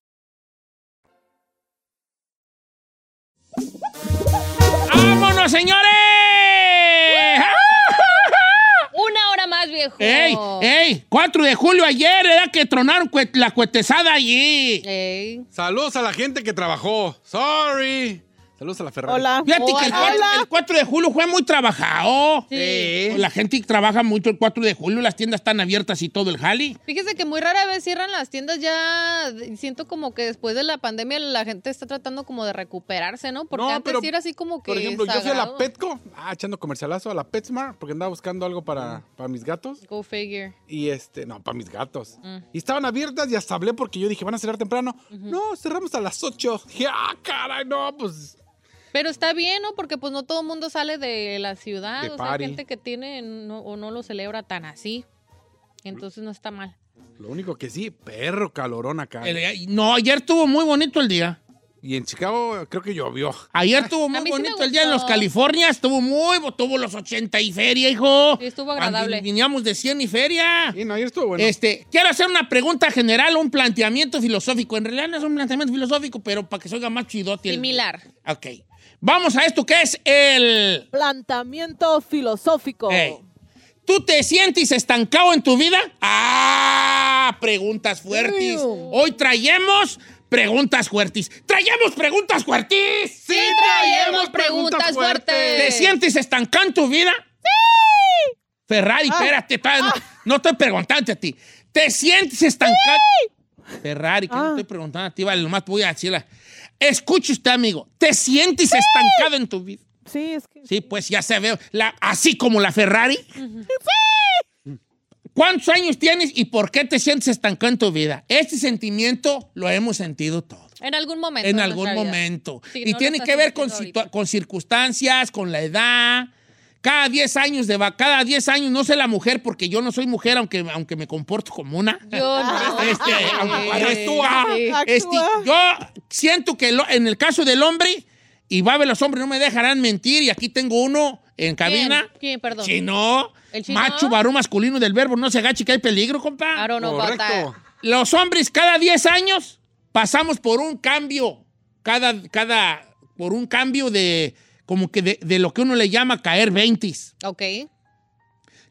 ¡Vámonos, señores! Una hora más, viejo. ¡Ey! ¡Ey! 4 de julio ayer era que tronaron cue- la cuetezada allí. Ey. Saludos a la gente que trabajó. Sorry. Saludos a la Ferrari. Hola. Fíjate que el 4, el 4 de julio fue muy trabajado. Sí. La gente trabaja mucho el 4 de julio, las tiendas están abiertas y todo el jali. Fíjese que muy rara vez cierran las tiendas ya. Siento como que después de la pandemia la gente está tratando como de recuperarse, ¿no? Porque No, antes pero, sí era así como que. Por ejemplo, yo fui a la sagrado. Petco, ah, echando comercialazo a la PetSmart, porque andaba buscando algo para, para mis gatos. Go figure. Y este, no, para mis gatos. Mm. Y estaban abiertas y hasta hablé porque yo dije, van a cerrar temprano. No, cerramos a las 8. Dije, ah, caray, no, pues. Pero está bien, ¿no? Porque pues no todo el mundo sale de la ciudad. De o party. sea, gente que tiene no- o no lo celebra tan así. Entonces no está mal. Lo único que sí, perro calorón acá. El- no, ayer estuvo muy bonito el día. Y en Chicago creo que llovió. Ayer estuvo mí sí muy me bonito el día en los gustó. California, estuvo muy, tuvo los 80 y feria, hijo. Sí, estuvo agradable. Cuando Veníamos de 100 y feria. Y no, ayer estuvo bueno. Este, quiero hacer una pregunta general, un planteamiento filosófico. En realidad no es un planteamiento filosófico, pero para que se oiga más chidote. el- Similar. Ok. Vamos a esto que es el... Plantamiento filosófico. Ey. ¿Tú te sientes estancado en tu vida? Ah, preguntas fuertes. Hoy traemos preguntas fuertes. ¡Traemos preguntas fuertes! ¡Sí, traemos preguntas fuertes! ¿Te sientes estancado en tu vida? ¡Sí! Ferrari, Ah. espérate, pa- no, no estoy preguntando a ti. ¿Te sientes estancado? Ferrari, Ah. que no estoy preguntando a ti, vale, nomás voy a decirla. Escuche usted, amigo, ¿te sientes estancado en tu vida? Sí, es que. Sí, pues ya se ve, la- así como la Ferrari. ¿Cuántos años tienes y por qué te sientes estancado en tu vida? Este sentimiento lo hemos sentido todos. En algún momento. En de algún nuestra vida. momento. Sí, y no lo tiene estás que ver con, sintiendo situa- con circunstancias, con la edad. Cada 10 años de va- cada 10 años, no sé la mujer, porque yo no soy mujer, aunque, aunque me comporto como una. Yo no. Este, aunque parezca, Sí. este, yo siento que lo- en el caso del hombre, y va a ver los hombres, no me dejarán mentir, y aquí tengo uno en cabina. ¿Quién? ¿Quién? Perdón. Chino, ¿El chino? macho, varón masculino del verbo, no se agache que hay peligro, compa. I don't know about that. Los hombres cada 10 años pasamos por un cambio, cada, cada, por un cambio de, como que de, de lo que uno le llama caer 20s. Ok.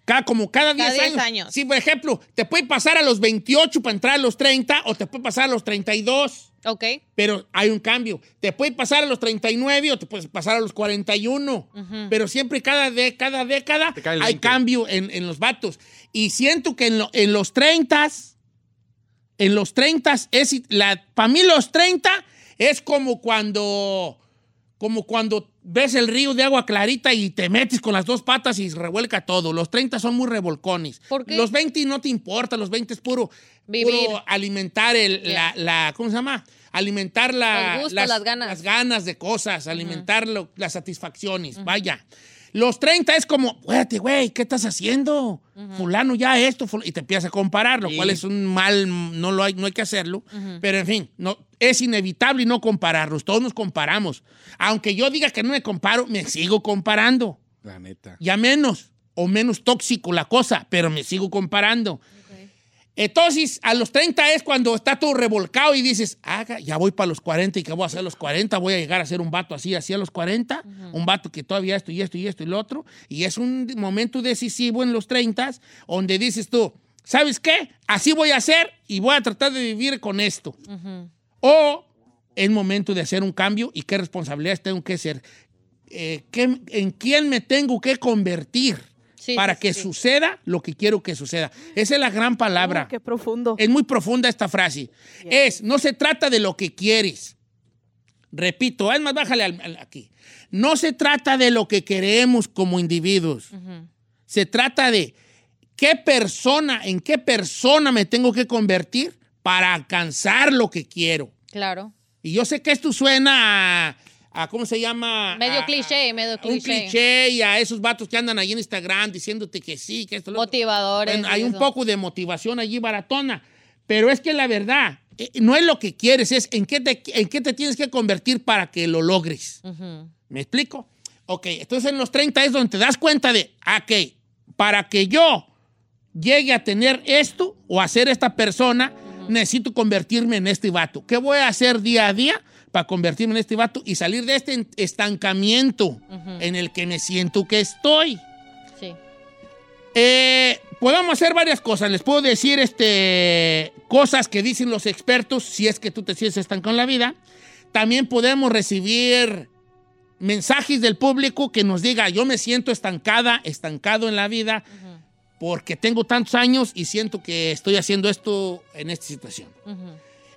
Cada, como cada 10 Cada 10 años. años. Sí, por ejemplo, te puede pasar a los 28 para entrar a los 30 o te puede pasar a los 32, Ok. pero hay un cambio. Te puede pasar a los 39 o te puede pasar a los 41. Ujú. Pero siempre cada, de, cada década cae el hay 20. cambio en, en los vatos. Y siento que en, lo- en los 30, en los 30, es la, para mí los 30 es como cuando, como cuando ves el río de agua clarita y te metes con las dos patas y se revuelca todo. Los 30 son muy revolcones. ¿Por qué? Los 20 no te importa, los 20 es puro, Vivir. puro alimentar el, Yeah. la, la- ¿cómo se llama? Alimentar la, El gusto, las ganas. ganas de cosas, alimentar lo- las satisfacciones, vaya. Los 30 es como, espérate, güey, ¿qué estás haciendo? Fulano ya esto, ful- y te empiezas a comparar, lo Sí. cual es un mal, no, lo hay, no hay que hacerlo. Pero en fin, no, es inevitable no compararnos, todos nos comparamos. Aunque yo diga que no me comparo, me sigo comparando La neta. ya menos o menos tóxico la cosa, pero me sigo comparando. Entonces, a los 30 es cuando está todo revolcado y dices, ah, ca- ya voy para los 40 y que voy a hacer a los 40, voy a llegar a ser un vato así, así a los 40, un vato que todavía esto y esto y esto y lo otro, y es un momento decisivo en los 30 donde dices tú, ¿sabes qué? Así voy a hacer y voy a tratar de vivir con esto. O es momento de hacer un cambio y qué responsabilidades tengo que ser. Eh, ¿qué- ¿En quién me tengo que convertir Sí, para sí, que sí. suceda lo que quiero que suceda? Esa es la gran palabra. Oh, Qué profundo. Es muy profunda esta frase. Es, no se trata de lo que quieres. Repito, es más, bájale al- al- aquí. No se trata de lo que queremos como individuos. Se trata de qué persona, en qué persona me tengo que convertir para alcanzar lo que quiero. Claro. Y yo sé que esto suena a, a- ¿cómo se llama? Medio A- cliché, medio a- a Ah, un cliché. cliché y a esos vatos que andan ahí en Instagram diciéndote que sí, que esto lo otro. Motivadores. Bueno, y hay un eso. poco de motivación allí baratona, pero es que la verdad, eh, no es lo que quieres, es en qué, te, en qué te tienes que convertir para que lo logres. Ujú. ¿Me explico? Ok, entonces en los 30 es donde te das cuenta de, ok, para que yo llegue a tener esto o a ser esta persona, necesito convertirme en este vato. ¿Qué voy a hacer día a día para convertirme en este vato y salir de este en- estancamiento en el que me siento que estoy? Sí. Eh, podemos hacer varias cosas. Les puedo decir este, cosas que dicen los expertos si es que tú te sientes estancado en la vida. También podemos recibir mensajes del público que nos diga, yo me siento estancada, estancado en la vida, porque tengo tantos años y siento que estoy haciendo esto en esta situación.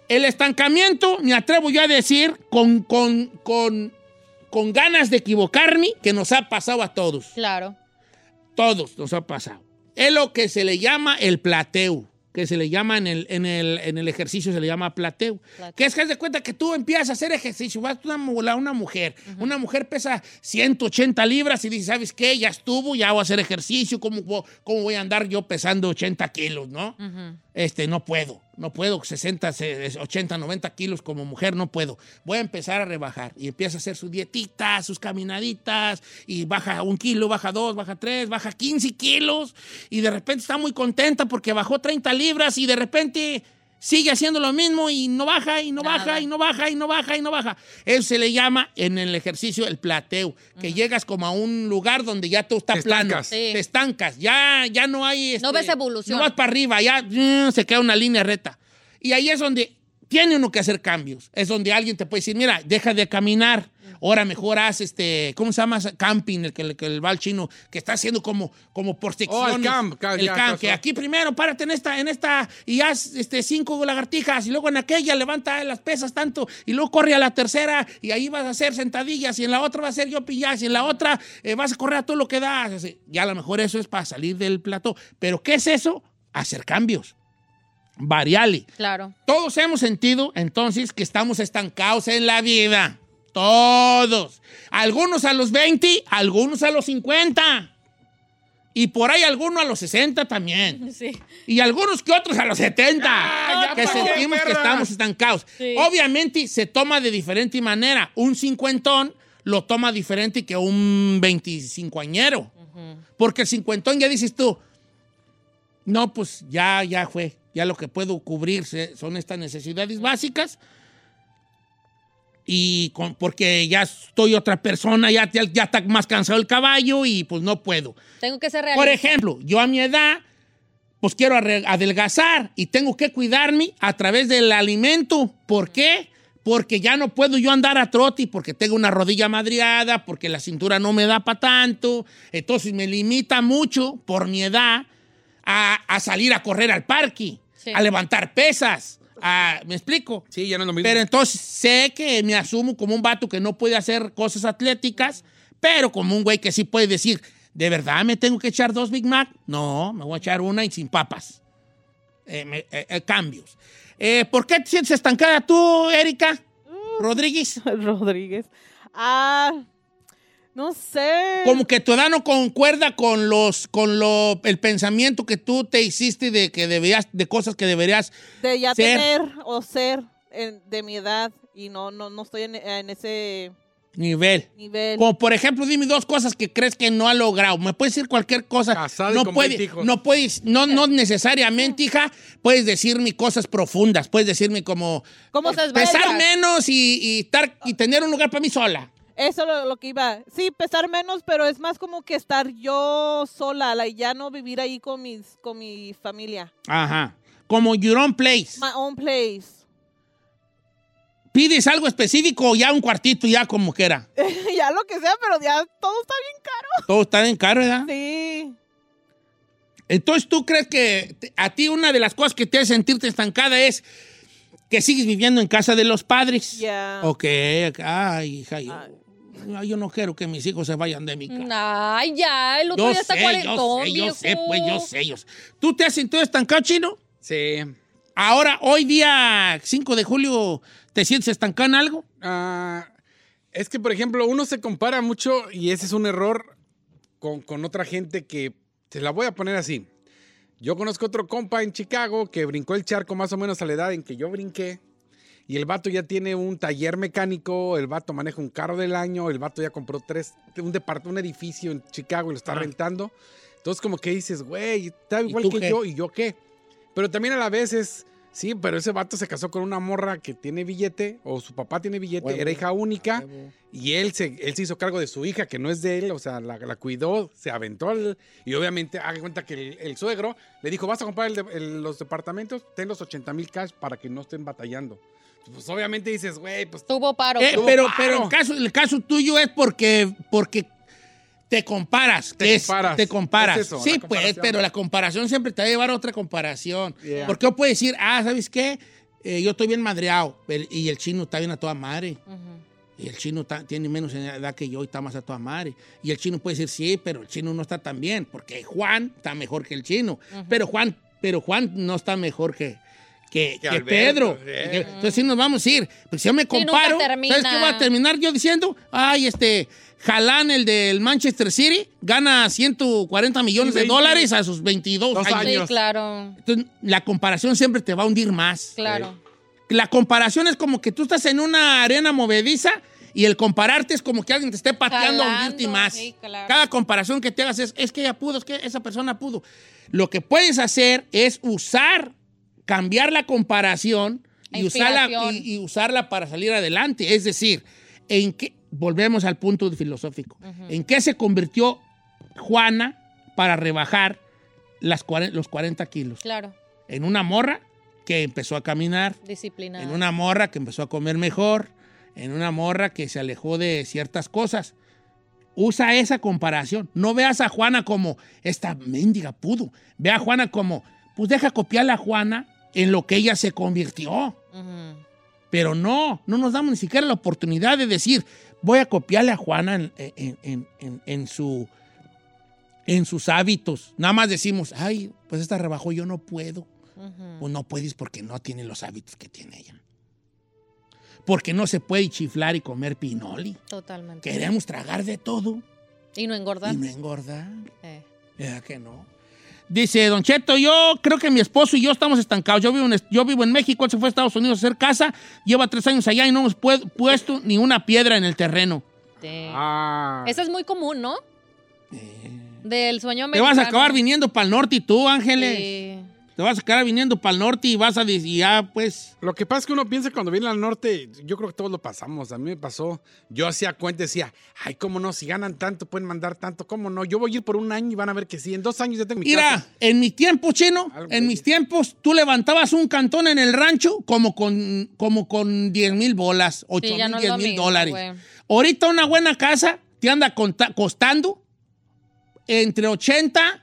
El estancamiento, me atrevo yo a decir, con, con, con, con ganas de equivocarme, que nos ha pasado a todos. Claro. Todos nos ha pasado. Es lo que se le llama el plateo, que se le llama en el, en el, en el ejercicio, se le llama plateo. Que es que haz de cuenta que tú empiezas a hacer ejercicio, vas tú a una, una mujer, una mujer pesa 180 libras y dice, ¿sabes qué? Ya estuvo, ya voy a hacer ejercicio, ¿cómo, vo- cómo voy a andar yo pesando 80 kilos, no? Este, no puedo, no puedo, 60, se- 80, 90 kilos como mujer, no puedo. Voy a empezar a rebajar y empieza a hacer su dietita, sus caminaditas y baja un kilo, baja dos, baja tres, baja 15 kilos y de repente está muy contenta porque bajó 30 libras y de repente sigue haciendo lo mismo y no baja y no baja y no baja y no baja y no baja. Eso se le llama en el ejercicio el plateo, que llegas como a un lugar donde ya todo está Te plano, estancas. Sí. te estancas, ya, ya no hay... este, No ves evolución. No vas para arriba, ya mm, se queda una línea recta. Y ahí es donde tiene uno que hacer cambios. Es donde alguien te puede decir, mira, deja de caminar. Ahora mejor haz este, ¿cómo se llama? ese Camping, el que, el, que el va al chino, que está haciendo como, como por secciones. Oh, camp, ca- El ya, camp, ca- que ca- aquí primero párate en esta, en esta, y haz este, cinco lagartijas, y luego en aquella levanta las pesas tanto, y luego corre a la tercera, y ahí vas a hacer sentadillas, y en la otra va a hacer yo pillas, y en la otra eh, vas a correr a todo lo que das. Así. Ya a lo mejor eso es para salir del plató. Pero ¿qué es eso? Hacer cambios. Variale. Claro. Todos hemos sentido entonces que estamos estancados en la vida. Todos. Algunos a los 20, algunos a los 50. Y por ahí algunos a los 60 también. Sí. Y algunos que otros a los 70. ya que pasó, sentimos que perra. estamos estancados. Sí. Obviamente se toma de diferente manera. Un cincuentón lo toma diferente que un 25 añero. Porque el cincuentón ya dices tú, no, pues ya, ya fue. Ya lo que puedo cubrir se- son estas necesidades básicas. Y con- porque ya estoy otra persona, ya, ya, ya está más cansado el caballo y pues no puedo. Tengo que ser realista. Por ejemplo, yo a mi edad, pues quiero arre- adelgazar y tengo que cuidarme a través del alimento. ¿Por qué? Porque ya no puedo yo andar a troti, porque tengo una rodilla madriada, porque la cintura no me da para tanto. Entonces me limita mucho por mi edad a, a salir a correr al parque, Sí. a levantar pesas. a- ¿Me explico? Sí, ya no es lo mismo. Pero entonces sé que me asumo como un vato que no puede hacer cosas atléticas, pero como un güey que sí puede decir, ¿de verdad me tengo que echar dos Big Mac? No, me voy a echar una y sin papas. Eh, me- eh, eh, cambios. Eh, ¿Por qué te sientes estancada tú, Erika? Rodríguez. Rodríguez. Ah, no sé. Como que tu edad no concuerda con los con lo, el pensamiento que tú te hiciste de que debías, de cosas que deberías De ya ser. tener o ser en- de mi edad y no, no, no estoy en, en ese nivel. nivel. Como por ejemplo, dime dos cosas que crees que no ha logrado. Me puedes decir cualquier cosa. y no con puede- 20 hijos. no puedes, no, no necesariamente, hija, puedes decirme cosas profundas. Puedes decirme como ¿Cómo pesar menos y, y estar y tener un lugar para mí sola. Eso lo, lo que iba. Sí, pesar menos, pero es más como que estar yo sola, la, ya no vivir ahí con mis con mi familia. Ajá. Como your own place. My own place. ¿Pides algo específico o ya un cuartito, ya como quiera? ya lo que sea, pero ya todo está bien Todo está en caro, ¿verdad? caro. Sí. Entonces, ¿tú crees que te- a ti una de las cosas que te hace sentirte estancada es que sigues viviendo en casa de los padres? Ya. Ah. Ok, ay, hija, yo, ay, yo no quiero que mis hijos se vayan de mi casa. Ay, ya, el otro Yo día Mm, está sé, yo cuarentón, sé, yo viejo. sé, pues yo sé, yo sé. ¿Tú te has sentido estancado, chino? Sí. Ahora, hoy día 5 de julio, ¿te sientes estancado en algo? Ah, es que, por ejemplo, uno se compara mucho y ese es un error con, con otra gente que te la voy a poner así. Yo conozco otro compa en Chicago que brincó el charco más o menos a la edad en que yo brinqué. Y el vato ya tiene un taller mecánico, el vato maneja un carro del año, el vato ya compró tres, un departamento, un edificio en Chicago y lo está rentando. Entonces como que dices, güey, está igual tú que qué? yo y yo qué. Pero también a la vez es, sí, pero ese vato se casó con una morra que tiene billete, o su papá tiene billete, Huevo. era hija única, y él se, él se hizo cargo de su hija, que no es de él, o sea, la, la cuidó, se aventó, al- y obviamente, haga cuenta que el, el suegro le dijo, vas a comprar el de- el- los departamentos, ten los 80 mil cash para que no estén batallando. pues obviamente dices, güey, pues Tuvo paro. Eh, pero pero el, caso, el caso tuyo es porque, porque te comparas. Te que es- comparas. te comparas. Es eso, la sí, pues, comparación. pero la comparación siempre te va a llevar a otra comparación. Yeah. Porque yo puedo decir, ah, ¿sabes qué? Eh, yo estoy bien madreado el- y el chino está bien a toda madre. Y el chino ta- tiene menos edad que yo y está más a toda madre. Y el chino puede decir, sí, pero el chino no está tan bien, porque Juan está mejor que el chino. Pero Juan, pero Juan no está mejor que, que, que Alberto, Pedro. sí. Entonces sí nos vamos a ir. Porque si yo me Sí, nunca comparo, termina. ¿sabes qué voy a terminar yo diciendo? Ay, este, Jalán, el del Manchester City, gana 140 millones de 20. dólares a sus 22 Dos años. Sí, claro. Entonces, la comparación siempre te va a hundir más. Claro. La comparación es como que tú estás en una arena movediza y el compararte es como que alguien te esté pateando a Jalando, hundirte más. sí, claro. Cada comparación que te hagas es, es que ella pudo, es que esa persona pudo. Lo que puedes hacer es usar, cambiar la comparación y usarla, Inspiración. y- y usarla para salir adelante. Es decir, en qué, volvemos al punto filosófico. ¿En qué se convirtió Juana para rebajar las cuare- los 40 kilos? Claro. En una morra que empezó a caminar, Disciplina. en una morra que empezó a comer mejor, en una morra que se alejó de ciertas cosas. Usa esa comparación. No veas a Juana como esta mendiga pudo. Ve a Juana como, pues deja copiar a Juana en lo que ella se convirtió. Pero no, no nos damos ni siquiera la oportunidad de decir, voy a copiarle a Juana en, en- en- en- en su, en sus hábitos. Nada más decimos, ay, pues esta rebajó, yo no puedo. Pues no puedes porque no tiene los hábitos que tiene ella. Porque no se puede chiflar y comer pinoli. Totalmente. Queremos tragar de todo Y no engordar. y no engordar. Eh. ¿Verdad que no? Dice, Don Cheto, yo creo que mi esposo y yo estamos estancados. Yo vivo en, yo vivo en México, él se fue a Estados Unidos a hacer casa, lleva tres años allá y no hemos pue- puesto ni una piedra en el terreno. Te- Ah. Esa es muy común, ¿no? Del sueño Te americano. vas a acabar viniendo para el norte y tú, Ángeles. Sí. Te vas a acabar viniendo para el norte y vas a decir, y ya, pues... Lo que pasa es que uno piensa cuando viene al norte, yo creo que todos lo pasamos. A mí me pasó, yo hacía cuenta y decía, ay, cómo no, si ganan tanto, pueden mandar tanto, cómo no. Yo voy a ir por un año y van a ver que sí. En dos años ya tengo mi Mira, casa. en mi tiempo, chino, en mis tiempos, tú levantabas un cantón en el rancho como con, como con 10 mil bolas, 8 ya mil, no es 10 lo mil mismo, dólares. güey. Ahorita una buena casa te anda conta- costando entre 80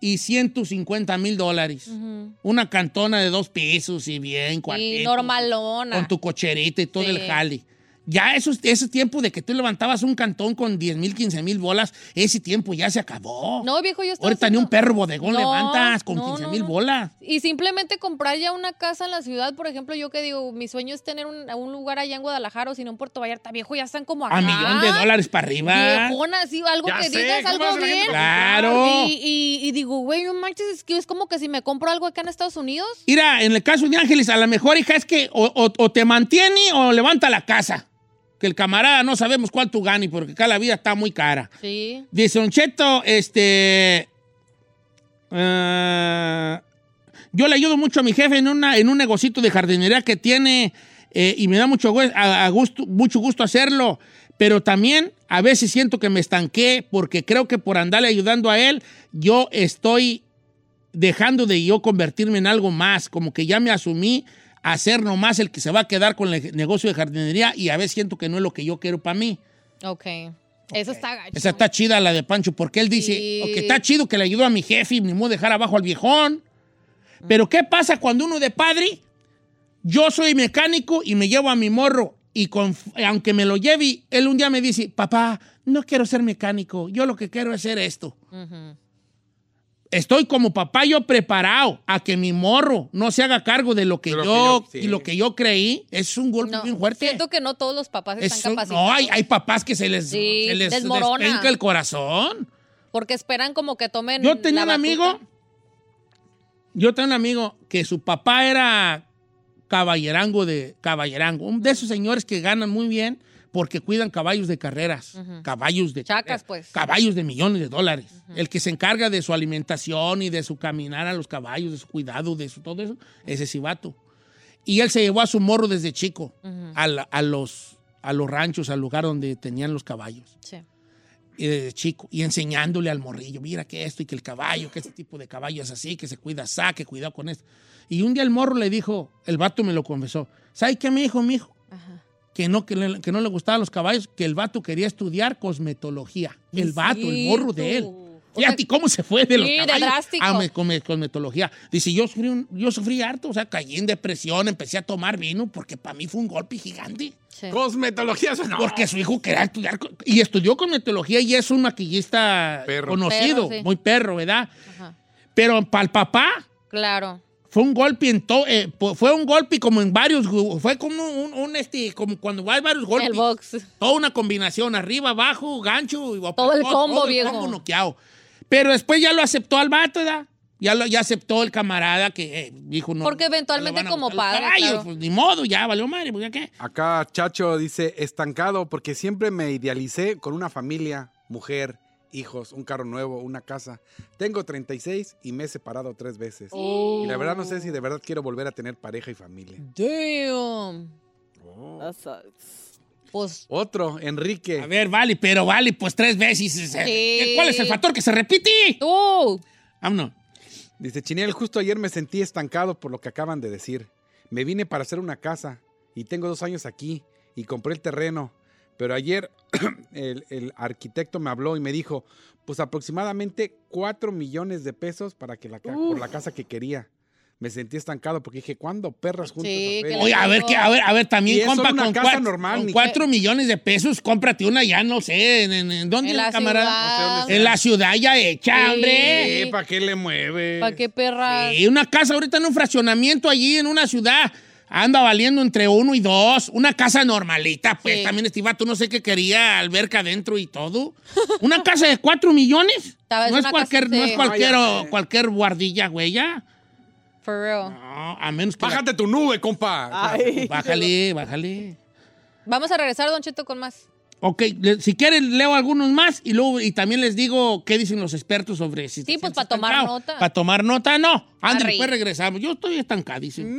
y 150 mil dólares. Ujú. Una cantona de dos pisos y bien, cuartito, Y normalona. con tu cocherita y todo Sí. el jale. Ya esos, ese tiempo de que tú levantabas un cantón con 10 mil, 15 mil bolas, ese tiempo ya se acabó. No, viejo, yo estaba Ahorita ni un haciendo- perro bodegón No, levantas con no, 15 no, mil no. bolas. Y simplemente comprar ya una casa en la ciudad, por ejemplo, yo que digo, mi sueño es tener un, un lugar allá en Guadalajara o si no en Puerto Vallarta, viejo, ya están como acá. A millón de dólares para arriba. Viejona, así, algo Ya que sé, digas, ¿cómo algo hace la gente bien. para comprar? Y, y- y digo, güey, no manches, es que es como que si me compro algo acá en Estados Unidos. Mira, en el caso de Ángeles, a lo mejor, hija, es que o, o- o te mantiene o levanta la casa. Que el camarada no sabemos cuánto gane, porque acá la vida está muy cara. Sí. Dice Don Cheto, este. ah, yo le ayudo mucho a mi jefe en, una, en un negocito de jardinería que tiene eh, y me da mucho, gu- a- a gusto, mucho gusto hacerlo. Pero también a veces siento que me estanqué porque creo que por andarle ayudando a él, yo estoy dejando de yo convertirme en algo más, como que ya me asumí a ser nomás el que se va a quedar con el negocio de jardinería y a veces siento que no es lo que yo quiero para mí. Ok. Eso está gacho. Esa está chida la de Pancho, porque él dice, Sí. ok, está chido que le ayudó a mi jefe y me modo dejar abajo al viejón. Pero ¿qué pasa cuando uno de padre, yo soy mecánico y me llevo a mi morro y con- aunque me lo lleve, él un día me dice, papá, no quiero ser mecánico, yo lo que quiero es ser esto. Ujú. Estoy como papá yo preparado a que mi morro no se haga cargo de lo que, lo yo, que yo- sí. y lo que yo creí. Es un golpe No, bien fuerte. Siento que no todos los papás Es están un- capacitados. no, hay, hay papás que se les, Sí, se les desmorona. despenca el corazón. Porque esperan como que tomen. Yo tenía la un amigo. batuta. Yo tenía un amigo que su papá era caballerango de caballerango. Un de esos señores que ganan muy bien porque cuidan caballos de carreras. Ujú. Caballos de Chacas, pues. caballos de millones de dólares. El que se encarga de su alimentación y de su caminar a los caballos, de su cuidado, de su todo eso, ese cibato. Y él se llevó a su morro desde chico Ujú. a, la- a los, a los ranchos, al lugar donde tenían los caballos. Sí. y desde chico, y enseñándole al morrillo, mira que esto y que el caballo, que este tipo de caballo es así, que se cuida así, que cuidado con esto. Y un día el morro le dijo, el vato me lo confesó, ¿sabes qué, mi hijo, mi hijo? Que no, que, le- que no le gustaban los caballos, que el vato quería estudiar cosmetología. El vato, el morro de él. Fíjate cómo se fue de los Sí, de caballos drástico. a me- con, me- cosmetología. Dice, yo sufrí, un- yo sufrí harto, o sea, caí en depresión, empecé a tomar vino porque para mí fue un golpe gigante. Cosmetología suena- Porque su hijo quería estudiar co- y estudió cosmetología y es un maquillista conocido, Perro, sí. muy perro, ¿verdad? Ajá. Pero para el papá Claro. fue un golpe en to- eh, po- fue un golpe como en varios gu- fue como un, un, este como cuando hay varios golpes. El box. Toda una combinación arriba, abajo, gancho y Todo el combo, todo el viejo. combo noqueado. Pero después ya lo aceptó al vato, ¿verdad? Ya lo ya aceptó el camarada que eh, dijo no. Porque eventualmente no le van a como gustar los padre, caballos, claro. pues, ni modo, ya valió madre, pues ya qué. Acá Chacho dice, estancado, porque siempre me idealicé con una familia, mujer, hijos, un carro nuevo, una casa. Tengo 36 y me he separado tres veces. Oh. Y la verdad no sé si de verdad quiero volver a tener pareja y familia. Damn. Pues, Otro, Enrique. A ver, vale, pero vale, pues tres veces. eh, ¿Cuál es el factor que se repite? ¡Oh! Vámonos. Dice Chiniel, justo ayer me sentí estancado por lo que acaban de decir. Me vine para hacer una casa y tengo dos años aquí y compré el terreno. Pero ayer el, el arquitecto me habló y me dijo, pues aproximadamente 4 millones de pesos para que la, ca- por la casa que quería. Me sentí estancado porque dije, ¿cuándo perras juntas? Sí, que Oye, a ver, que, a ver, a ver, Y también es compra solo una con, casa cuat- normal, con ni- cuatro millones de pesos, cómprate una ya, no sé, en, en- en- ¿dónde, En la camarada? ciudad. No sé dónde En sea. la ciudad ya hecha, Sí. hombre. ¿Para qué le mueve? ¿para qué perra? Y una casa ahorita en un fraccionamiento allí en una ciudad anda valiendo entre uno y dos. Una casa normalita, pues Sí. también este vato no sé qué quería, alberca adentro y todo. Una casa de cuatro millones. Tal vez No es una cualquier, casa- no es sí. cualquier, Ah, No, ya sé. cualquier guardilla, güey, ya. For real. No, a menos que. Bájate tu nube, compa. Ay. Bájale, bájale. Vamos a regresar, Don Cheto, con más. Ok, le- si quieren leo algunos más y luego y también les digo qué dicen los expertos sobre si Sí, pues para tomar nota. para tomar nota no. Andrés, Arre. después regresamos. Yo estoy estancadísimo.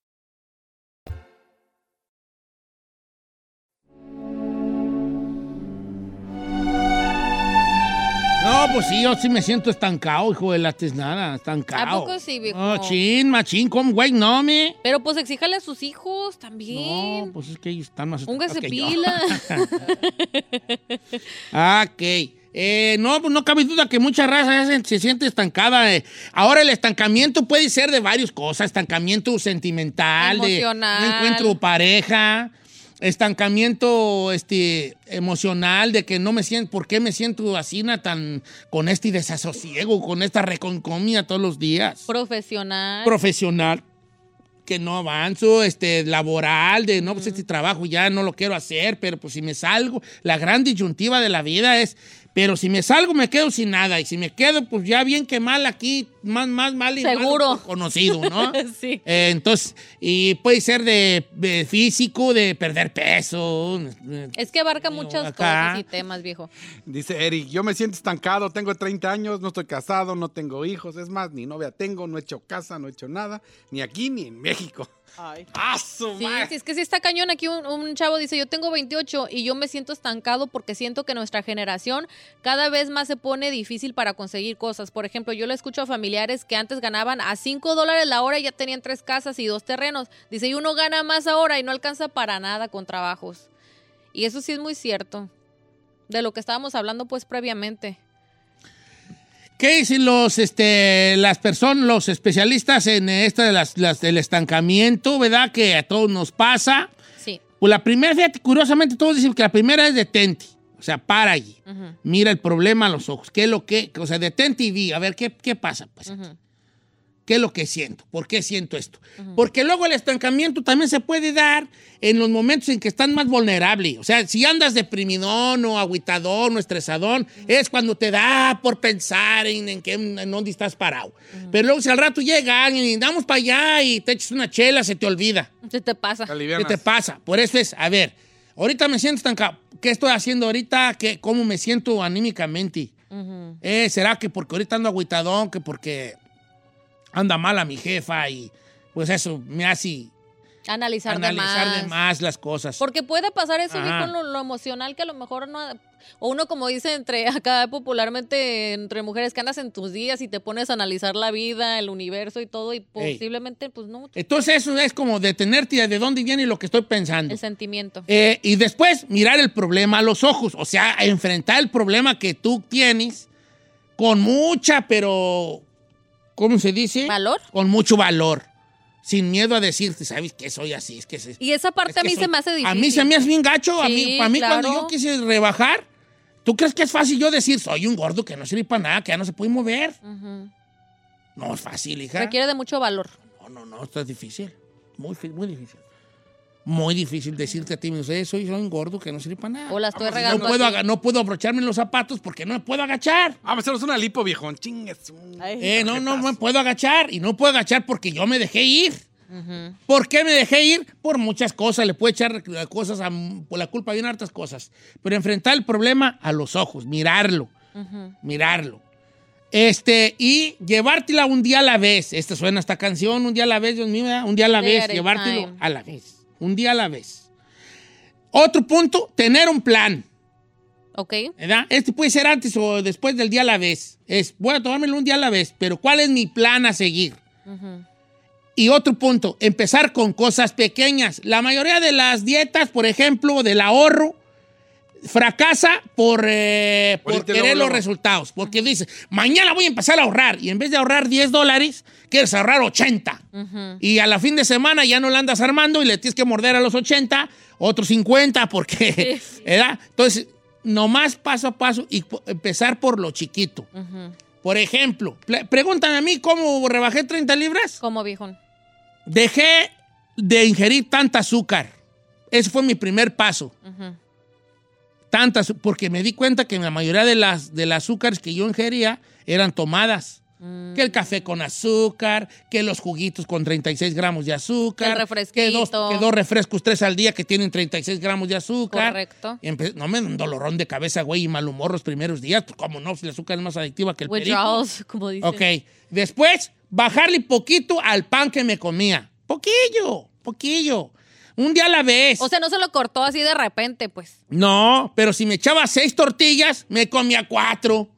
No, pues sí, yo sí me siento estancado, hijo de la tiznada, ¿A estancado. poco sí, viejo? No, chin, machín, con güey, no me. Pero pues exíjale a sus hijos también. No, pues es que ellos están más estancados Póngase que yo. pila. Ah, ok. Eh, no, pues no cabe duda que mucha raza se, se siente estancada. eh. Ahora el estancamiento puede ser de varias cosas. Estancamiento sentimental, de Emocional. no encuentro pareja, estancamiento este, emocional, de que no me siento, ¿por qué me siento así na, tan con este desasosiego, con esta reconcomia todos los días? Profesional. Profesional, que no avanzo, este, laboral, de no, pues este trabajo ya no lo quiero hacer, pero pues si me salgo, la gran disyuntiva de la vida es, Pero si me salgo, me quedo sin nada. Y si me quedo, pues ya bien que mal aquí, más, más mal y Seguro. malo conocido, ¿no? sí. Eh, entonces, y puede ser de, de físico, de perder peso. eh, Es que abarca muchas acá. cosas y temas, viejo. Dice Eric, yo me siento estancado, tengo 30 años, no estoy casado, no tengo hijos, es más, ni novia tengo, no he hecho casa, no he hecho nada, ni aquí ni en México. ¡Ah, su Sí, madre! sí, es que sí está cañón. Aquí un, un chavo dice, yo tengo 28 y yo me siento estancado porque siento que nuestra generación cada vez más se pone difícil para conseguir cosas. Por ejemplo, yo le escucho a familiares que antes ganaban a 5 dólares la hora y ya tenían tres casas y dos terrenos. Dice, y uno gana más ahora y no alcanza para nada con trabajos. Y eso sí es muy cierto. De lo que estábamos hablando pues previamente. ¿Qué dicen los, este, las personas, los especialistas en esta de las, las del estancamiento, verdad? Que a todos nos pasa. Sí. Pues la primera, fíjate, curiosamente todos dicen que la primera es detente. O sea, para allí. Ujú, Mira el problema a los ojos. ¿Qué es lo que? O sea, detente y di. A ver, ¿qué, qué pasa? Pues, ujú. ¿Qué es lo que siento? ¿Por qué siento esto? Porque luego el estancamiento también se puede dar en los momentos en que están más vulnerables. O sea, si andas deprimidón o aguitadón o estresadón, es cuando te da por pensar en, en que, en dónde estás parado. Pero luego si al rato llega alguien y damos para allá y te echas una chela, se te olvida. Se te pasa. ¿Qué te pasa? Por eso es, a ver, ahorita me siento estancado. ¿Qué estoy haciendo ahorita? ¿Qué, ¿Cómo me siento anímicamente? Ujú. Eh, ¿Será que porque ahorita ando agüitadón, que porque anda mala mi jefa y pues eso me hace Analizar, de analizar de más. más las cosas? Porque puede pasar eso vi, Ajá. con lo, lo emocional que a lo mejor no. O uno, como dice entre acá popularmente entre mujeres que andas en tus días y te pones a analizar la vida, el universo y todo, y posiblemente, pues no, Entonces eso es como detenerte y de dónde viene lo que estoy pensando. el sentimiento. Eh, y después mirar el problema a los ojos, o sea, enfrentar el problema que tú tienes con mucha, pero, ¿cómo se dice? ¿Valor? Con mucho valor, sin miedo a decirte, ¿sabes que soy así? Es que se- Y esa parte es que a mí soy- se me hace difícil. A mí se me hace bien gacho, a mí, Sí, para mí cuando claro. yo quise rebajar, ¿tú crees que es fácil yo decir, soy un gordo que no sirve para nada, que ya no se puede mover? Ujú. No es fácil, hija. Requiere de mucho valor. No, no, no, esto es difícil. Muy, fi- muy difícil. Muy difícil decirte a ti mismo, "Eh, soy, soy un gordo que no sirve para nada. O la estoy Vamos, regando Ah, No puedo, así. aga- no puedo abrocharme los zapatos porque no me puedo agachar. Vamos a hacernos Ah, pues, una lipo, viejón. Chingues. un- Eh, no, no me puedo agachar. Y no puedo agachar porque yo me dejé ir. Ujú. ¿Por qué me dejé ir? Por muchas cosas. Le puedo echar eh, cosas a, por la culpa bien hartas cosas. Pero enfrentar el problema a los ojos, mirarlo, Ujú. mirarlo. Este, y llevártela un día a la vez. Esta suena esta canción, un día a la vez, Dios mío, ¿verdad? un día a la Day vez, at a llevártelo time. a la vez. Un día a la vez. Otro punto, tener un plan. Ok. ¿verdad? Este puede ser antes o después del día a la vez. Es, voy a tomármelo un día a la vez, pero ¿cuál es mi plan a seguir? Ujú. Y otro punto, empezar con cosas pequeñas. La mayoría de las dietas, por ejemplo, del ahorro, fracasa por, eh, por Ahorita querer luego, los luego. resultados. Porque dices, mañana voy a empezar a ahorrar. Y en vez de ahorrar 10 dólares, quieres ahorrar 80. Ujú. Y a la fin de semana ya no la andas armando y le tienes que morder a los 80, otros 50, porque, ¿verdad? Entonces, nomás paso a paso y po- empezar por lo chiquito. Ujú. Por ejemplo, pl- pregúntame a mí cómo rebajé 30 libras. Como viejón. Dejé de ingerir tanta azúcar. Ese fue mi primer paso. Ujú. Tantas, porque me di cuenta que la mayoría de las del azúcares que yo ingería eran tomadas. Mm. Que el café con azúcar, que los juguitos con 36 gramos de El azúcar, refresquito. que dos, que dos refrescos, tres al día que tienen 36 gramos de azúcar. Correcto. Y empe- no me da un dolorón de cabeza, güey, y mal humor los primeros días. Pues, ¿Cómo no? Si el azúcar es más adictiva que el perico. Withdrawals, como dicen. Ok. Después, bajarle poquito al pan que me comía. Poquillo, poquillo. Un día a la vez. O sea, no se lo cortó así de repente, pues. No, pero si me echaba seis tortillas, me comía cuatro.